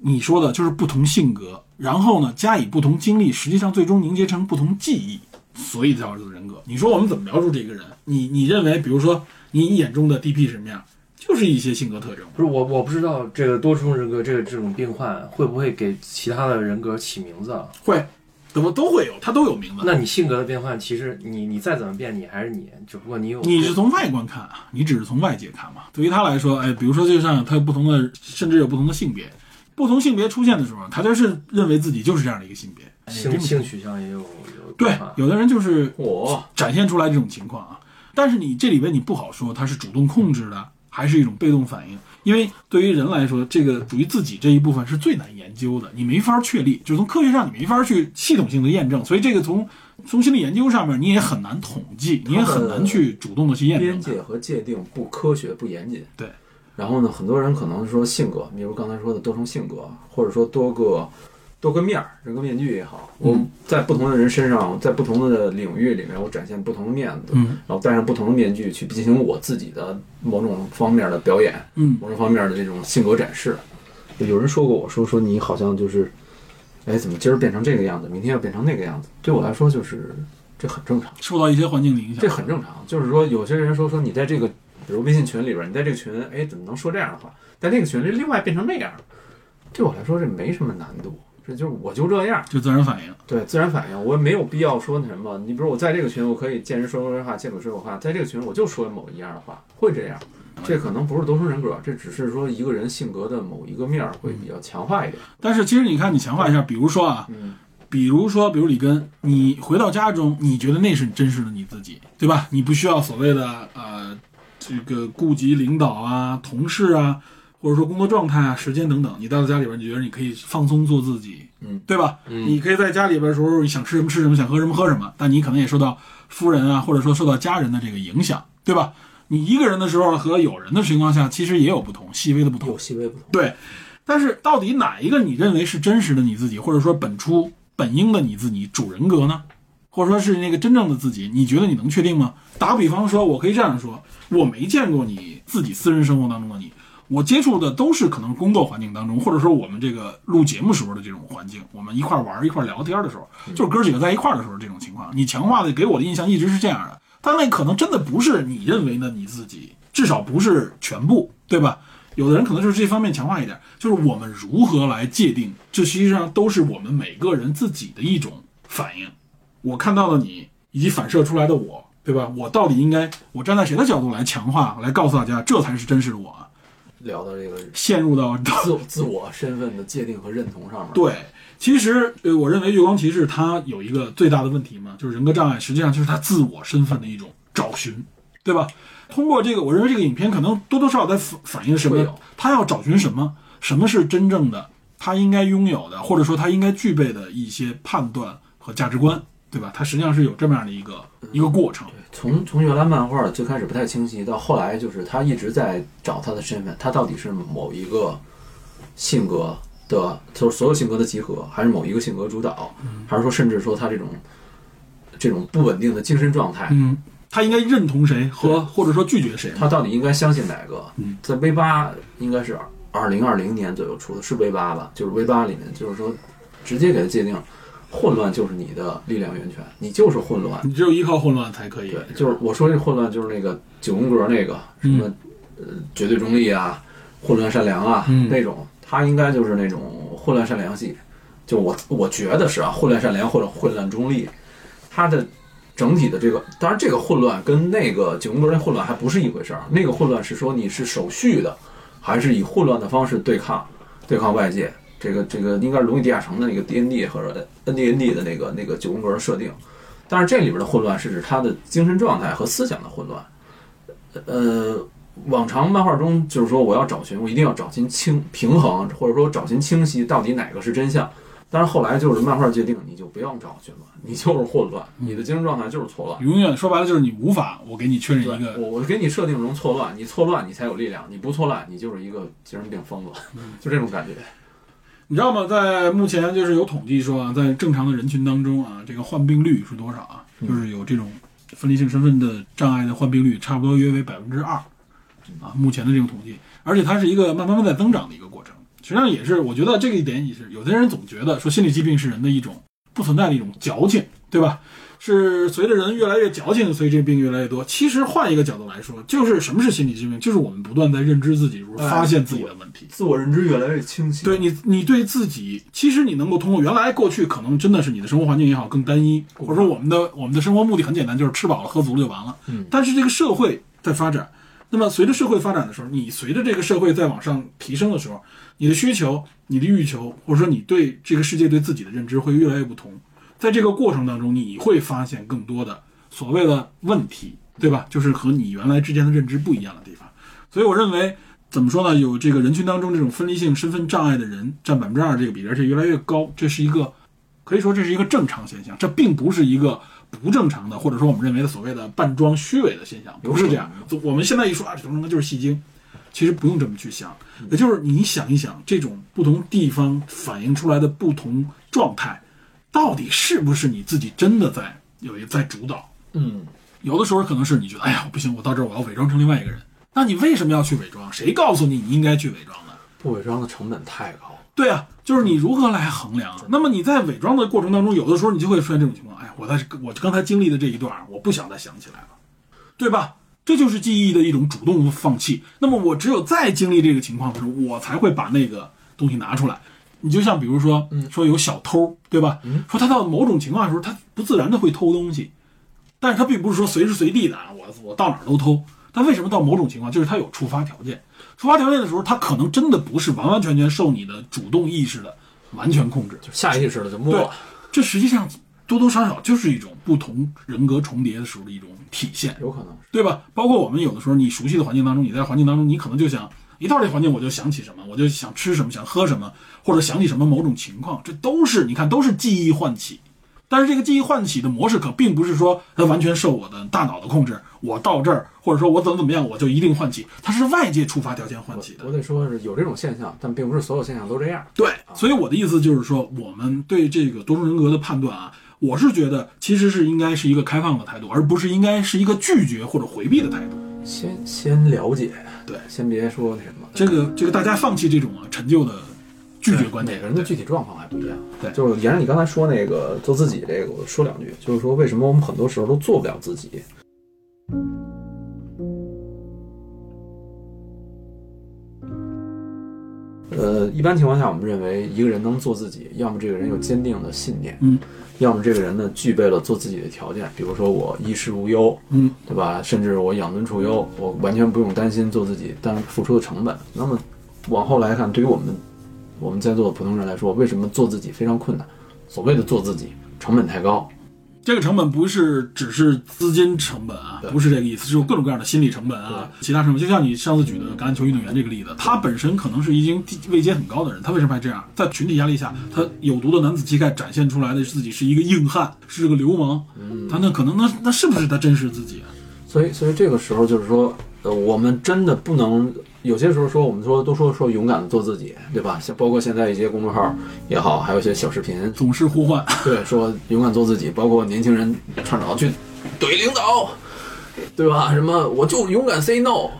你说的，就是不同性格，然后呢加以不同经历，实际上最终凝结成不同记忆，所以叫做人格。你说我们怎么描述这个人？你你认为，比如说你眼中的 DP 什么样，就是一些性格特征。不是我，我不知道这个多重人格这个这种病患会不会给其他的人格起名字啊？会，怎么都会有，他都有名字。那你性格的变换，其实你你再怎么变，你还是你，只不过你有你是从外观看啊，你只是从外界看嘛。对于他来说，哎，比如说就像他有不同的，甚至有不同的性别，不同性别出现的时候，他就是认为自己就是这样的一个性别。性性取向也有有对变化，有的人就是我啊展现出来这种情况啊。但是你这里边你不好说他是主动控制的，还是一种被动反应。因为对于人来说，这个属于自己这一部分是最难研究的，你没法确立，就是从科学上你没法去系统性的验证，所以这个从从心理研究上面你也很难统计，你也很难去主动的去验边证它。界和界定不科学不严谨。对，然后呢，很多人可能说性格，比如刚才说的多重性格，或者说多个多个面儿，人格面具也好，我在不同的人身上，在不同的领域里面，我展现不同的面子，嗯然后戴上不同的面具去进行我自己的某种方面的表演，嗯，某种方面的这种性格展示。有人说过我说说你好像就是，哎，怎么今儿变成这个样子，明天要变成那个样子？对我来说就是这很正常。受到一些环境的影响，啊这很正常。就是说，有些人说说你在这个，比如微信群里边，你在这个群，哎，怎么能说这样的话？在那个群里，另外变成那样，对我来说这没什么难度，这就是我就这样，就自然反应。对自然反应，我也没有必要说那什么。你比如我在这个群，我可以见人说说人话，见鬼说鬼话，在这个群我就说某一样的话，会这样。这可能不是多重人格，这只是说一个人性格的某一个面儿会比较强化一点。但是其实你看，你强化一下，比如说啊，嗯比如说，比如李根，你回到家中，你觉得那是真实的你自己，对吧？你不需要所谓的呃，这个顾及领导啊、同事啊，或者说工作状态啊、时间等等。你到了家里边，你觉得你可以放松做自己，嗯，对吧？你可以在家里边的时候想吃什么吃什么，想喝什么喝什么，但你可能也受到夫人啊，或者说受到家人的这个影响，对吧？你一个人的时候和有人的情况下，其实也有不同，细微的不同有。细微不同。对，但是到底哪一个你认为是真实的你自己，或者说本初本应的你自己主人格呢？或者说是那个真正的自己，你觉得你能确定吗？打个比方说，我可以这样说：我没见过你自己私人生活当中的你，我接触的都是可能工作环境当中，或者说我们这个录节目时候的这种环境，我们一块儿玩儿一块儿聊天的时候，就是哥几个在一块儿的时候这种情况。你强化的给我的印象一直是这样的，但那可能真的不是你认为的你自己，至少不是全部，对吧？有的人可能就是这方面强化一点，就是我们如何来界定，这实际上都是我们每个人自己的一种反应。我看到了你，以及反射出来的我，对吧？我到底应该，我站在谁的角度来强化，来告诉大家，这才是真实的我啊！聊到这个陷入到自我自我身份的界定和认同上面，，对，其实呃，我认为《月光骑士》它有一个最大的问题嘛，就是人格障碍，实际上就是他自我身份的一种找寻，对吧？通过这个，我认为这个影片可能多多少少在反反映什会么有？他要找寻什么？什么是真正的他应该拥有的，或者说他应该具备的一些判断和价值观，对吧？它实际上是有这么样的一个嗯一个过程。从从原来漫画最开始不太清晰，到后来就是他一直在找他的身份，他到底是某一个性格的，就是所有性格的集合，还是某一个性格主导，还是说甚至说他这种这种不稳定的精神状态，嗯，他应该认同谁和或者说拒绝谁？他到底应该相信哪个？在 V 八应该是二零二零年左右出的，是 V 八吧？就是 V 八里面，就是说直接给他界定，混乱就是你的力量源泉，你就是混乱，你只有依靠混乱才可以。对，就是我说这混乱，就是那个九宫格那个什么，呃，绝对中立啊，混乱善良啊、嗯那种，他应该就是那种混乱善良系。就我我觉得是啊，混乱善良或者混乱中立，他的整体的这个，当然这个混乱跟那个九宫格那混乱还不是一回事儿。那个混乱是说你是守序的，还是以混乱的方式对抗对抗外界。这个这个应该是《龙与地下城》的那个 D N D 和 N D N D 的那个那个九宫格的设定。但是这里边的混乱是指他的精神状态和思想的混乱。呃，往常漫画中就是说我要找寻，我一定要找寻清平衡，或者说找寻清晰，到底哪个是真相。但是后来就是漫画界定，你就不要找寻了，你就是混乱，你的精神状态就是错乱。永远说白了就是你无法，我给你确认对一个，我我给你设定成错乱，你错乱你才有力量，你不错乱你就是一个精神病疯子，就这种感觉。你知道吗？在目前就是有统计说啊，在正常的人群当中啊，这个患病率是多少啊？就是有这种分离性身份的障碍的患病率，差不多约为百分之二啊。目前的这种统计，而且它是一个慢慢慢在增长的一个过程。实际上也是，我觉得这个一点也是，有的人总觉得说心理疾病是人的一种不存在的一种矫情，对吧？是随着人越来越矫情，所以这病越来越多。其实换一个角度来说，就是什么是心理疾病？就是我们不断在认知自己的时候，哎发现自己的问题。自我认知越来越清晰。对你，你对自己，其实你能够通过原来过去可能真的是你的生活环境也好更单一，或者说我们的我们的生活目的很简单，就是吃饱了喝足了就完了。嗯，但是这个社会在发展，那么随着社会发展的时候，你随着这个社会在往上提升的时候，你的需求、你的欲求，或者说你对这个世界对自己的认知会越来越不同。在这个过程当中，你会发现更多的所谓的问题，对吧？就是和你原来之间的认知不一样的地方。所以我认为，怎么说呢？有这个人群当中这种分离性身份障碍的人占百分之二这个比例，而且越来越高，这是一个可以说这是一个正常现象，这并不是一个不正常的，或者说我们认为的所谓的扮装虚伪的现象，不是这样。就我们现在一说啊，什么什么就是戏精，其实不用这么去想，也就是你想一想，这种不同地方反映出来的不同状态，到底是不是你自己真的在有一个在主导？嗯，有的时候可能是你觉得，哎呀，我不行，我到这儿我要伪装成另外一个人。那你为什么要去伪装？谁告诉你你应该去伪装的？不伪装的成本太高了。对啊，就是你如何来衡量。啊那么你在伪装的过程当中，有的时候你就会出现这种情况，哎，我在我刚才经历的这一段儿，我不想再想起来了，对吧？这就是记忆的一种主动放弃。那么我只有再经历这个情况的时候，我才会把那个东西拿出来。你就像比如说，说有小偷，对吧？说他到某种情况的时候，他不自然的会偷东西，但是他并不是说随时随地的啊，我我到哪儿都偷。但为什么到某种情况，就是他有触发条件，触发条件的时候，他可能真的不是完完全全受你的主动意识的完全控制。下意识的就摸对了。，这实际上多多少少就是一种不同人格重叠的时候的一种体现。有可能是对吧？包括我们有的时候，你熟悉的环境当中，你在环境当中，你可能就想一到这环境，我就想起什么，我就想吃什么，想喝什么，或者想起什么某种情况，这都是你看都是记忆唤起。但是这个记忆唤起的模式可并不是说它完全受我的大脑的控制，我到这儿或者说我怎么怎么样我就一定唤起，它是外界触发条件唤起的我。得说是有这种现象，但并不是所有现象都这样。对，所以我的意思就是说，我们对这个多重人格的判断啊，我是觉得其实是应该是一个开放的态度，而不是应该是一个拒绝或者回避的态度。先先了解，对先别说那什么。这个这个大家放弃这种啊陈旧的拒绝观点每个，人的具体状况还不一样。对就是沿着你刚才说那个做自己这个，我说两句，就是说为什么我们很多时候都做不了自己。呃，一般情况下，我们认为一个人能做自己，要么这个人有坚定的信念，嗯，要么这个人呢具备了做自己的条件，比如说我衣食无忧，嗯，对吧？甚至我养尊处优，我完全不用担心做自己，但是付出的成本。那么往后来看，对于我们我们在座的普通人来说，为什么做自己非常困难？所谓的做自己，成本太高。这个成本不是只是资金成本啊，不是这个意思，是有各种各样的心理成本啊，其他成本。就像你上次举的橄榄球运动员这个例子，他本身可能是已经地位阶很高的人，他为什么还这样？在群体压力下，他有毒的男子气概展现出来的自己是一个硬汉，是个流氓，嗯他那可能那那是不是他真实自己啊？所以，所以这个时候就是说，呃，我们真的不能有些时候说，我们说都说说勇敢的做自己，对吧？像包括现在一些公众号也好，还有一些小视频，总是呼唤， 对，说勇敢做自己，包括年轻人倡导去怼领导，对吧？什么我就勇敢 say no，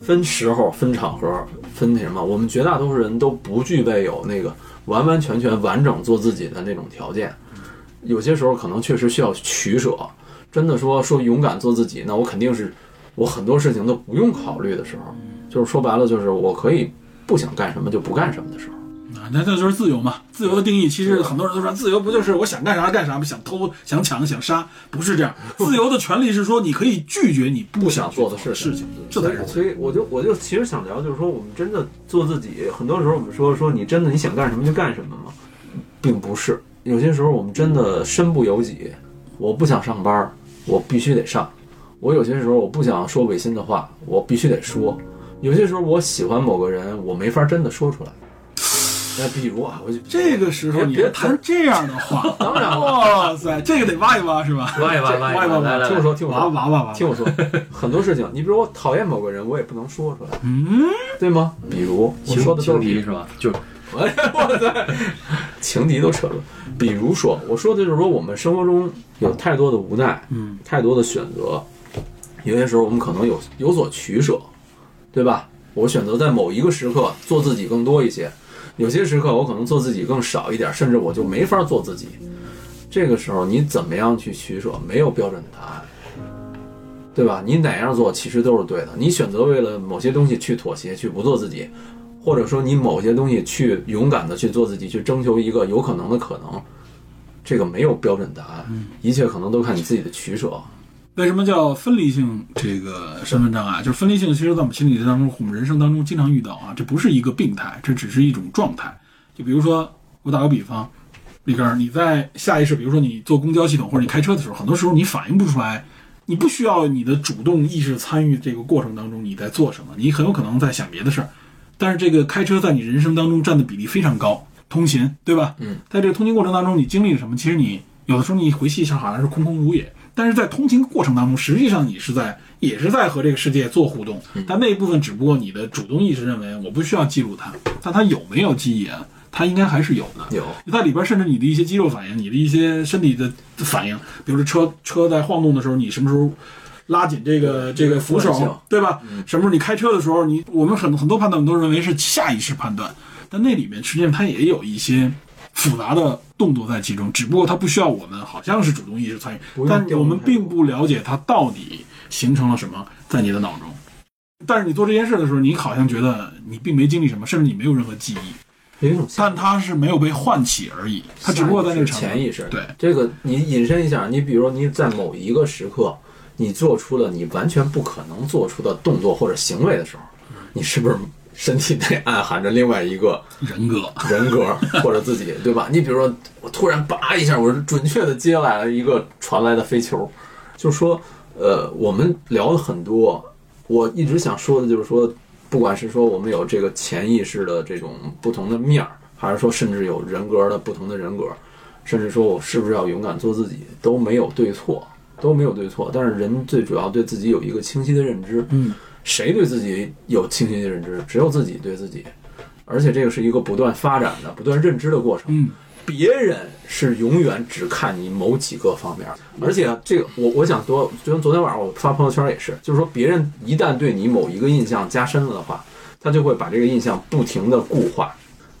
分时候、分场合、分那什么，我们绝大多数人都不具备有那个完完全全完整做自己的那种条件。有些时候可能确实需要取舍，真的说说勇敢做自己，那我肯定是我很多事情都不用考虑的时候，就是说白了，就是我可以不想干什么就不干什么的时候。啊那那就是自由嘛。自由的定义，其实很多人都说，自由不就是我想干啥干啥，想偷、想抢、想杀，不是这 样。自由的权利是说，你可以拒绝你不想想去做的事事情情，这才是自由所以我就我就其实想聊，就是说我们真的做自己，很多时候我们说说你真的你想干什么就干什么吗？并不是，有些时候我们真的身不由己。我不想上班，我必须得上；我有些时候我不想说违心的话，我必须得说；有些时候我喜欢某个人，我没法真的说出来。那比如啊，我就这个时候你还别谈这样的话，当然了哇塞，这个得挖一挖是吧？挖一挖，挖挖一挖一挖，来来听我来，说，听我挖说，挖挖挖，听我说，很多事情，你比如我讨厌某个人，我也不能说出来，嗯，对吗？比如我情说的都情是敌是吧？就是哇塞，情敌都扯住。比如说，我说的就是说，我们生活中有太多的无奈，嗯，太多的选择，有些时候我们可能有有所取舍，对吧？我选择在某一个时刻做自己更多一些，有些时刻我可能做自己更少一点，甚至我就没法做自己。这个时候你怎么样去取舍，没有标准的答案，对吧？你哪样做其实都是对的。你选择为了某些东西去妥协，去不做自己，或者说你某些东西去勇敢的去做自己，去征求一个有可能的可能，这个没有标准答案，一切可能都看你自己的取舍。为什么叫分离性这个身份障碍？就是分离性，其实在我们心理学当中，我们人生当中经常遇到啊，这不是一个病态，这只是一种状态。就比如说，我打个比方，李根儿，你在下意识，比如说你坐公交系统或者你开车的时候，很多时候你反应不出来你不需要你的主动意识参与这个过程当中你在做什么，你很有可能在想别的事儿。但是这个开车在你人生当中占的比例非常高，通勤对吧？嗯，在这个通勤过程当中，你经历了什么？其实你有的时候你回忆一下，好像是空空如也。但是在通勤过程当中，实际上你是在也是在和这个世界做互动，但那一部分只不过你的主动意识认为我不需要记录它，但它有没有记忆啊？它应该还是有的，有在里边，甚至你的一些肌肉反应，你的一些身体的反应，比如说车车在晃动的时候，你什么时候拉紧这个这个扶惯手性，对吧？嗯什么时候你开车的时候，你我们很很多判断都认为是下意识判断，但那里面实际上它也有一些复杂的动作在其中，只不过它不需要我们好像是主动意识参与，不用但调动我们太多并不了解它到底形成了什么在你的脑中。但是你做这件事的时候，你好像觉得你并没经历什么，甚至你没有任何记忆，有一种但它是没有被唤起而已，它只不过在那个场合潜意识。对，这个你引申一下，你比如你在某一个时刻，你做出了你完全不可能做出的动作或者行为的时候，你是不是身体内暗含着另外一个人格。 人格或者自己，对吧？你比如说，我突然叭一下，我准确的接来了一个传来的飞球，就是说，呃，我们聊了很多，我一直想说的就是说，不管是说我们有这个潜意识的这种不同的面儿，还是说甚至有人格的不同的人格，甚至说我是不是要勇敢做自己，都没有对错，都没有对错。但是人最主要对自己有一个清晰的认知，嗯，谁对自己有清晰的认知？只有自己对自己。而且这个是一个不断发展的、不断认知的过程。嗯，别人是永远只看你某几个方面，而且这个我我想昨昨昨天晚上我发朋友圈也是，就是说别人一旦对你某一个印象加深了的话，他就会把这个印象不停的固化，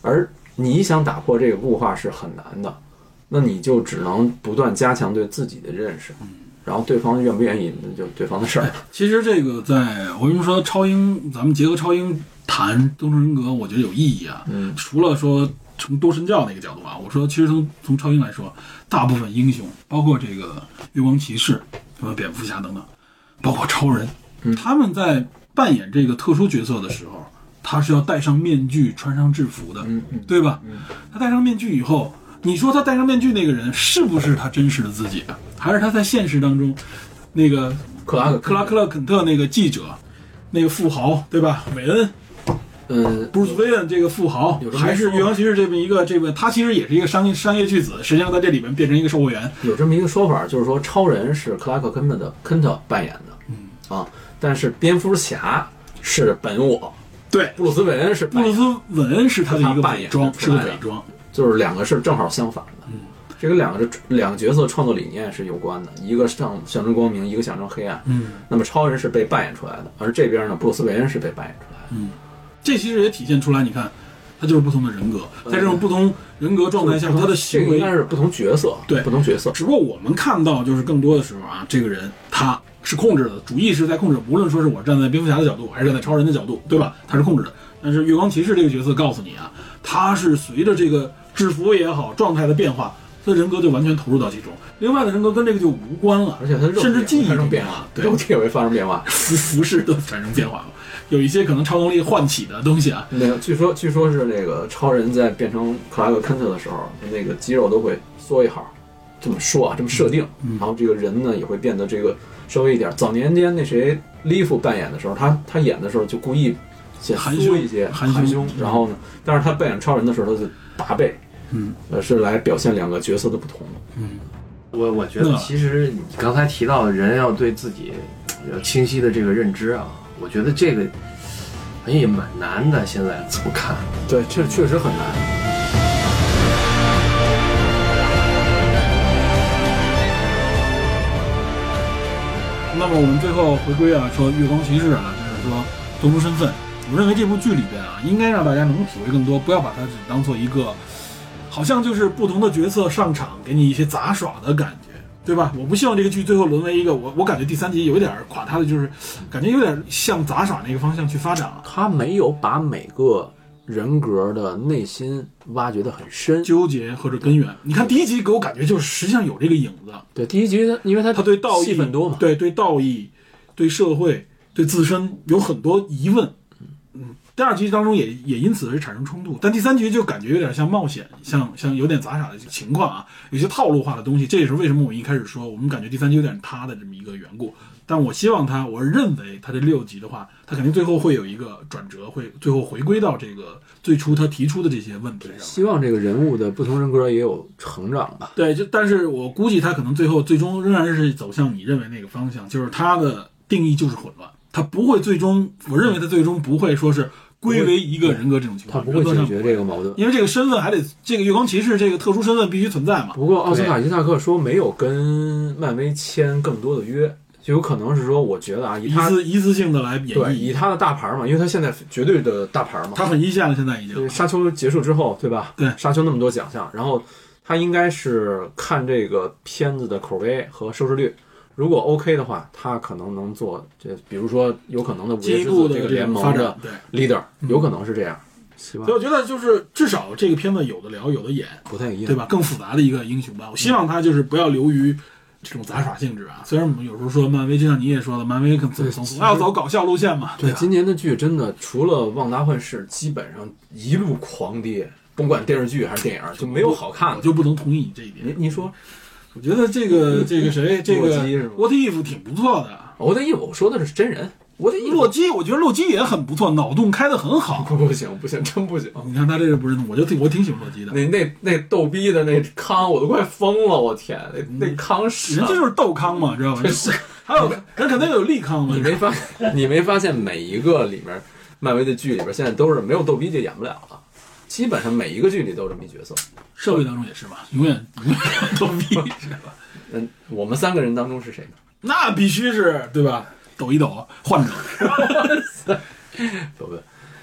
而你想打破这个固化是很难的，那你就只能不断加强对自己的认识，然后对方愿不愿意那就对方的事儿。其实这个在我跟你说，超英，咱们结合超英谈多重人格，我觉得有意义啊。嗯，除了说从多神教那个角度啊，我说其实从从超英来说，大部分英雄，包括这个月光骑士、什么蝙蝠侠等等，包括超人，他们在扮演这个特殊角色的时候，他是要戴上面具、穿上制服嗯的，对吧？他戴上面具以后，你说他戴上面具那个人是不是他真实的自己啊，还是他在现实当中那个克拉克克拉克勒肯特那个记者，那个富豪，对吧？韦恩。嗯， Bruce Wayne 这个富豪有这么一说还是月光骑士这么一个这个，他其实也是一个商业商业巨子，实际上在这里面变成一个售货员。有这么一个说法，就是说超人是克拉克·肯特的肯特扮演的，嗯啊，但是蝙蝠侠是本我，对，布鲁斯·韦恩是布扮鲁演，斯韦恩是他的一他个扮伪演装，出是个来的伪装。就是两个是正好相反的。嗯这个两个两个角色创作理念是有关的，一个象象征光明，一个象征黑暗。嗯，那么超人是被扮演出来的，而这边呢，布鲁斯·韦恩是被扮演出来的。这其实也体现出来，你看，他就是不同的人格，在这种不同人格状态下，他的这行个为应该是不同角色，对不同角色。只不过我们看到，就是更多的时候啊，这个人他是控制的，主意识在控制。无论说是我站在蝙蝠侠的角度，还是站在超人的角度，对吧？他是控制的。但是月光骑士这个角色告诉你啊，他是随着这个制服也好，状态的变化，他的人格就完全投入到其中。另外的人格跟这个就无关了，而且他肉体甚至记忆也会发生变变化化，对肉体也会发生变化。服服饰都产生变化了，有一些可能超能力唤起的东西啊，那个，据说据说是那个超人在变成克拉克·肯特的时候，那个肌肉都会缩一号，这么说啊，这么设定。嗯然后这个人呢也会变得这个稍微一点。早年间那谁利夫扮演的时候，他他演的时候就故意显含缩胸一些，含胸含胸。然后呢，但是他扮演超人的时候，他就拔背，嗯，呃，是来表现两个角色的不同。我我觉得那其实你刚才提到的人要对自己有清晰的这个认知啊，我觉得这个好像也蛮难的。现在怎么看？对，这确实很难。那么我们最后回归啊，说月光骑士啊，就是说特殊身份。我认为这部剧里边啊，应该让大家能体会更多，不要把它只当做一个，好像就是不同的角色上场给你一些杂耍的感觉，对吧？我不希望这个剧最后沦为一个我，我感觉第三集有点垮塌的，就是感觉有点向杂耍那个方向去发展了。他没有把每个人格的内心挖掘的很深。纠结或者根源，你看第一集给我感觉就是实际上有这个影子，对，第一集因为他他对道义戏份多嘛，对对道义、对社会、对自身有很多疑问。嗯第二局当中也也因此而产生冲突，但第三局就感觉有点像冒险，像像有点杂耍的情况啊，有些套路化的东西。这也是为什么我一开始说我们感觉第三局有点塌的这么一个缘故。但我希望他，我认为他这六集的话，他肯定最后会有一个转折，会最后回归到这个最初他提出的这些问题上。希望这个人物的不同人格也有成长吧。对，就但是我估计他可能最后最终仍然是走向你认为那个方向，就是他的定义就是混乱，他不会最终，我认为他最终不会说是归为一个人格这种情他况，不会原则解上决这个矛盾。因为这个身份还得这个月光骑士这个特殊身份必须存在嘛。不过奥斯卡伊萨克说没有跟漫威签更多的约，就有可能是说，我觉得啊，以一他次一次性的来演对以绎，他的大牌嘛，因为他现在绝对的大牌嘛，他很一线了，现在已对经。沙丘结束之后，对吧？对沙丘那么多奖项，然后他应该是看这个片子的口碑和收视率，如果 OK 的话，他可能能做这，比如说有可能的午夜进一之步子的这个这联种盟发展嗯的，对， leader，有可能是这样，希所以望我觉得就是至少这个片子有的聊，有的演，不太一样，对？吧？更复杂的一个英雄吧。我希望他就是不要流于这种杂耍性质啊。虽然我们有时候说漫威，就像你也说的，漫威可能走对从其实总要走搞笑路线嘛，对对，啊吧？今年的剧真的除了《旺达幻视》，基本上一路狂跌，甭管电视剧还是电影，就没有好看我的。就不能同意你这一点你。你说，我觉得这个这个谁，这个嗯洛基是吗 What If 挺不错的。哦我的意思，我说的是真人，我的意思，洛基，我觉得洛基也很不错，脑洞开的很好。不行不行，真不行。你看他这个不是，我就挺我挺喜欢洛基的。那那那逗逼的那康，我都快疯了！我天，那那康啊是人这就是豆糠嘛，知道吧？还有人肯定有利康嘛 你。没发你没发现每一个里面漫威的剧里边，现在都是没有逗逼就演不了了，基本上每一个剧里都有这么一角色。社会当中也是嘛，永远永远逗逼， 是吧嗯，我们三个人当中是谁呢？那必须是对吧？抖一抖，换着。对不对？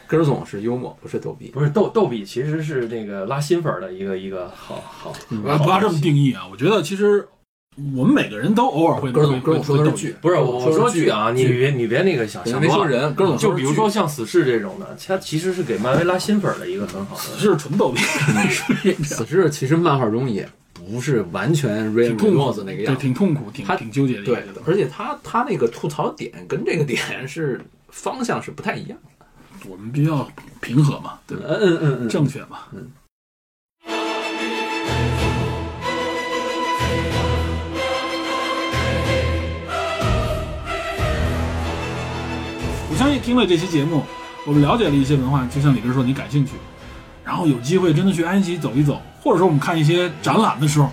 根儿总是幽默，不是逗逼。不是逗逗比，其实是那个拉新粉儿的一个一个好好。嗯不要不要这么定义啊！我觉得其实我们每个人都偶尔会根儿会总，根儿总说的是剧，不是我哦说说剧剧啊，你别你别那个想我想没多说了。人，根儿总就的比是如说剧像死侍这种的，它其实是给漫威拉新粉儿的一个很好嗯的。是纯逗逼， 死侍，其实漫画中也不是完全 r a y 挺痛 r o 苦 s 那个对，样子，挺痛苦，挺他挺纠结的一个对角色。，而且他他那个吐槽点跟这个点是方向是不太一样的。我们比较平和嘛，对吧？嗯嗯嗯嗯，正确嘛。我相信听了这期节目，我们了解了一些文化，就像李哥说，你感兴趣，然后有机会真的去埃及走一走，或者说我们看一些展览的时候，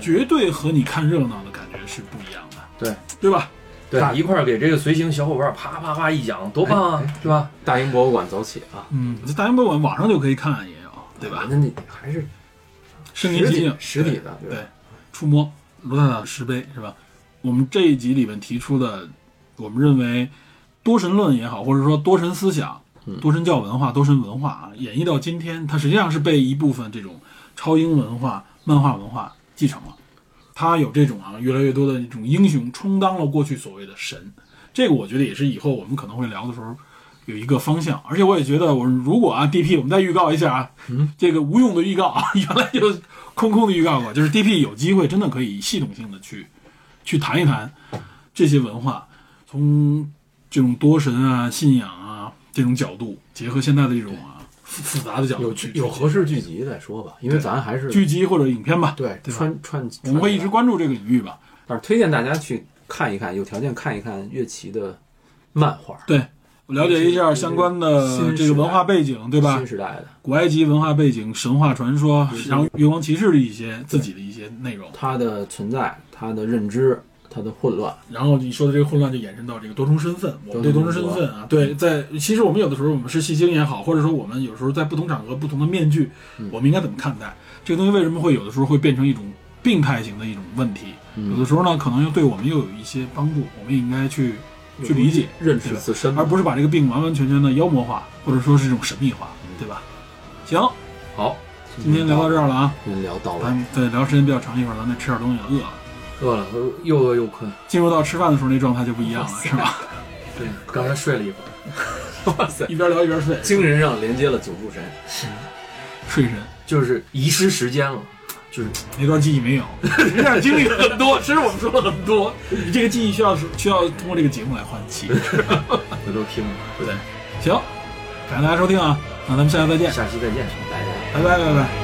绝对和你看热闹的感觉是不一样的，对对吧？对，一块儿给这个随行小伙伴啪啪啪一讲，多棒啊，哎是吧？大英博物馆走起啊！嗯，这大英博物馆网上就可以看，也有，对吧？那你还是身临实其体境，实体的，对，触摸罗太塔石碑是吧？我们这一集里面提出的，我们认为多神论也好，或者说多神思想、多神教文化、多神文化啊，演绎到今天，它实际上是被一部分这种超英文化、漫画文化继承了。它有这种啊，越来越多的这种英雄充当了过去所谓的神，这个我觉得也是以后我们可能会聊的时候有一个方向。而且我也觉得，我如果啊，DP 我们再预告一下啊，嗯这个无用的预告啊， 原来就空空的预告过，就是 DP 有机会真的可以系统性的去去谈一谈这些文化，从这种多神啊、信仰啊这种角度，结合现在的这种啊复复杂的角度有去有去合适剧集再说吧，因为咱还是剧集或者影片吧，对对吧串串，我们会一直串关注这个领域吧。但是推荐大家去看一看，有条件看一看岳奇的漫画，对，了解一下相关的新时代这个文化背景，对吧新？时代的，古埃及文化背景、神话传说，然后月光骑士的一些自己的一些内容。他的存在，他的认知，他的混乱，然后你说的这个混乱就衍生到这个多重身份，我们对多重身份啊，对，在其实我们有的时候我们是戏精也好，或者说我们有时候在不同场合、不同的面具，我们应该怎么看待这个东西？为什么会有的时候会变成一种病态型的一种问题？有的时候呢，可能又对我们又有一些帮助，我们也应该去去理解、认对识吧自身，而不是把这个病完完全全的妖魔化，或者说是一种神秘化，对吧？行，好，嗯今天聊到这儿了啊，人聊到咱了，们对聊时间比较长，一会儿咱们吃点东西，饿了。饿了，又饿又困。进入到吃饭的时候那状态就不一样了，是吧？对，哎刚才睡了一会儿，哇塞，一边聊一边睡，精神上连接了九柱神，睡神。就是遗失时间了，就是那段记忆 没有，这段经历了很多，其实我们说了很多， 你这个记忆 需要需要通过这个节目来唤起。回头听吧。对，行，感谢大家收听啊，那咱们下期再见，下期再见。拜拜拜拜。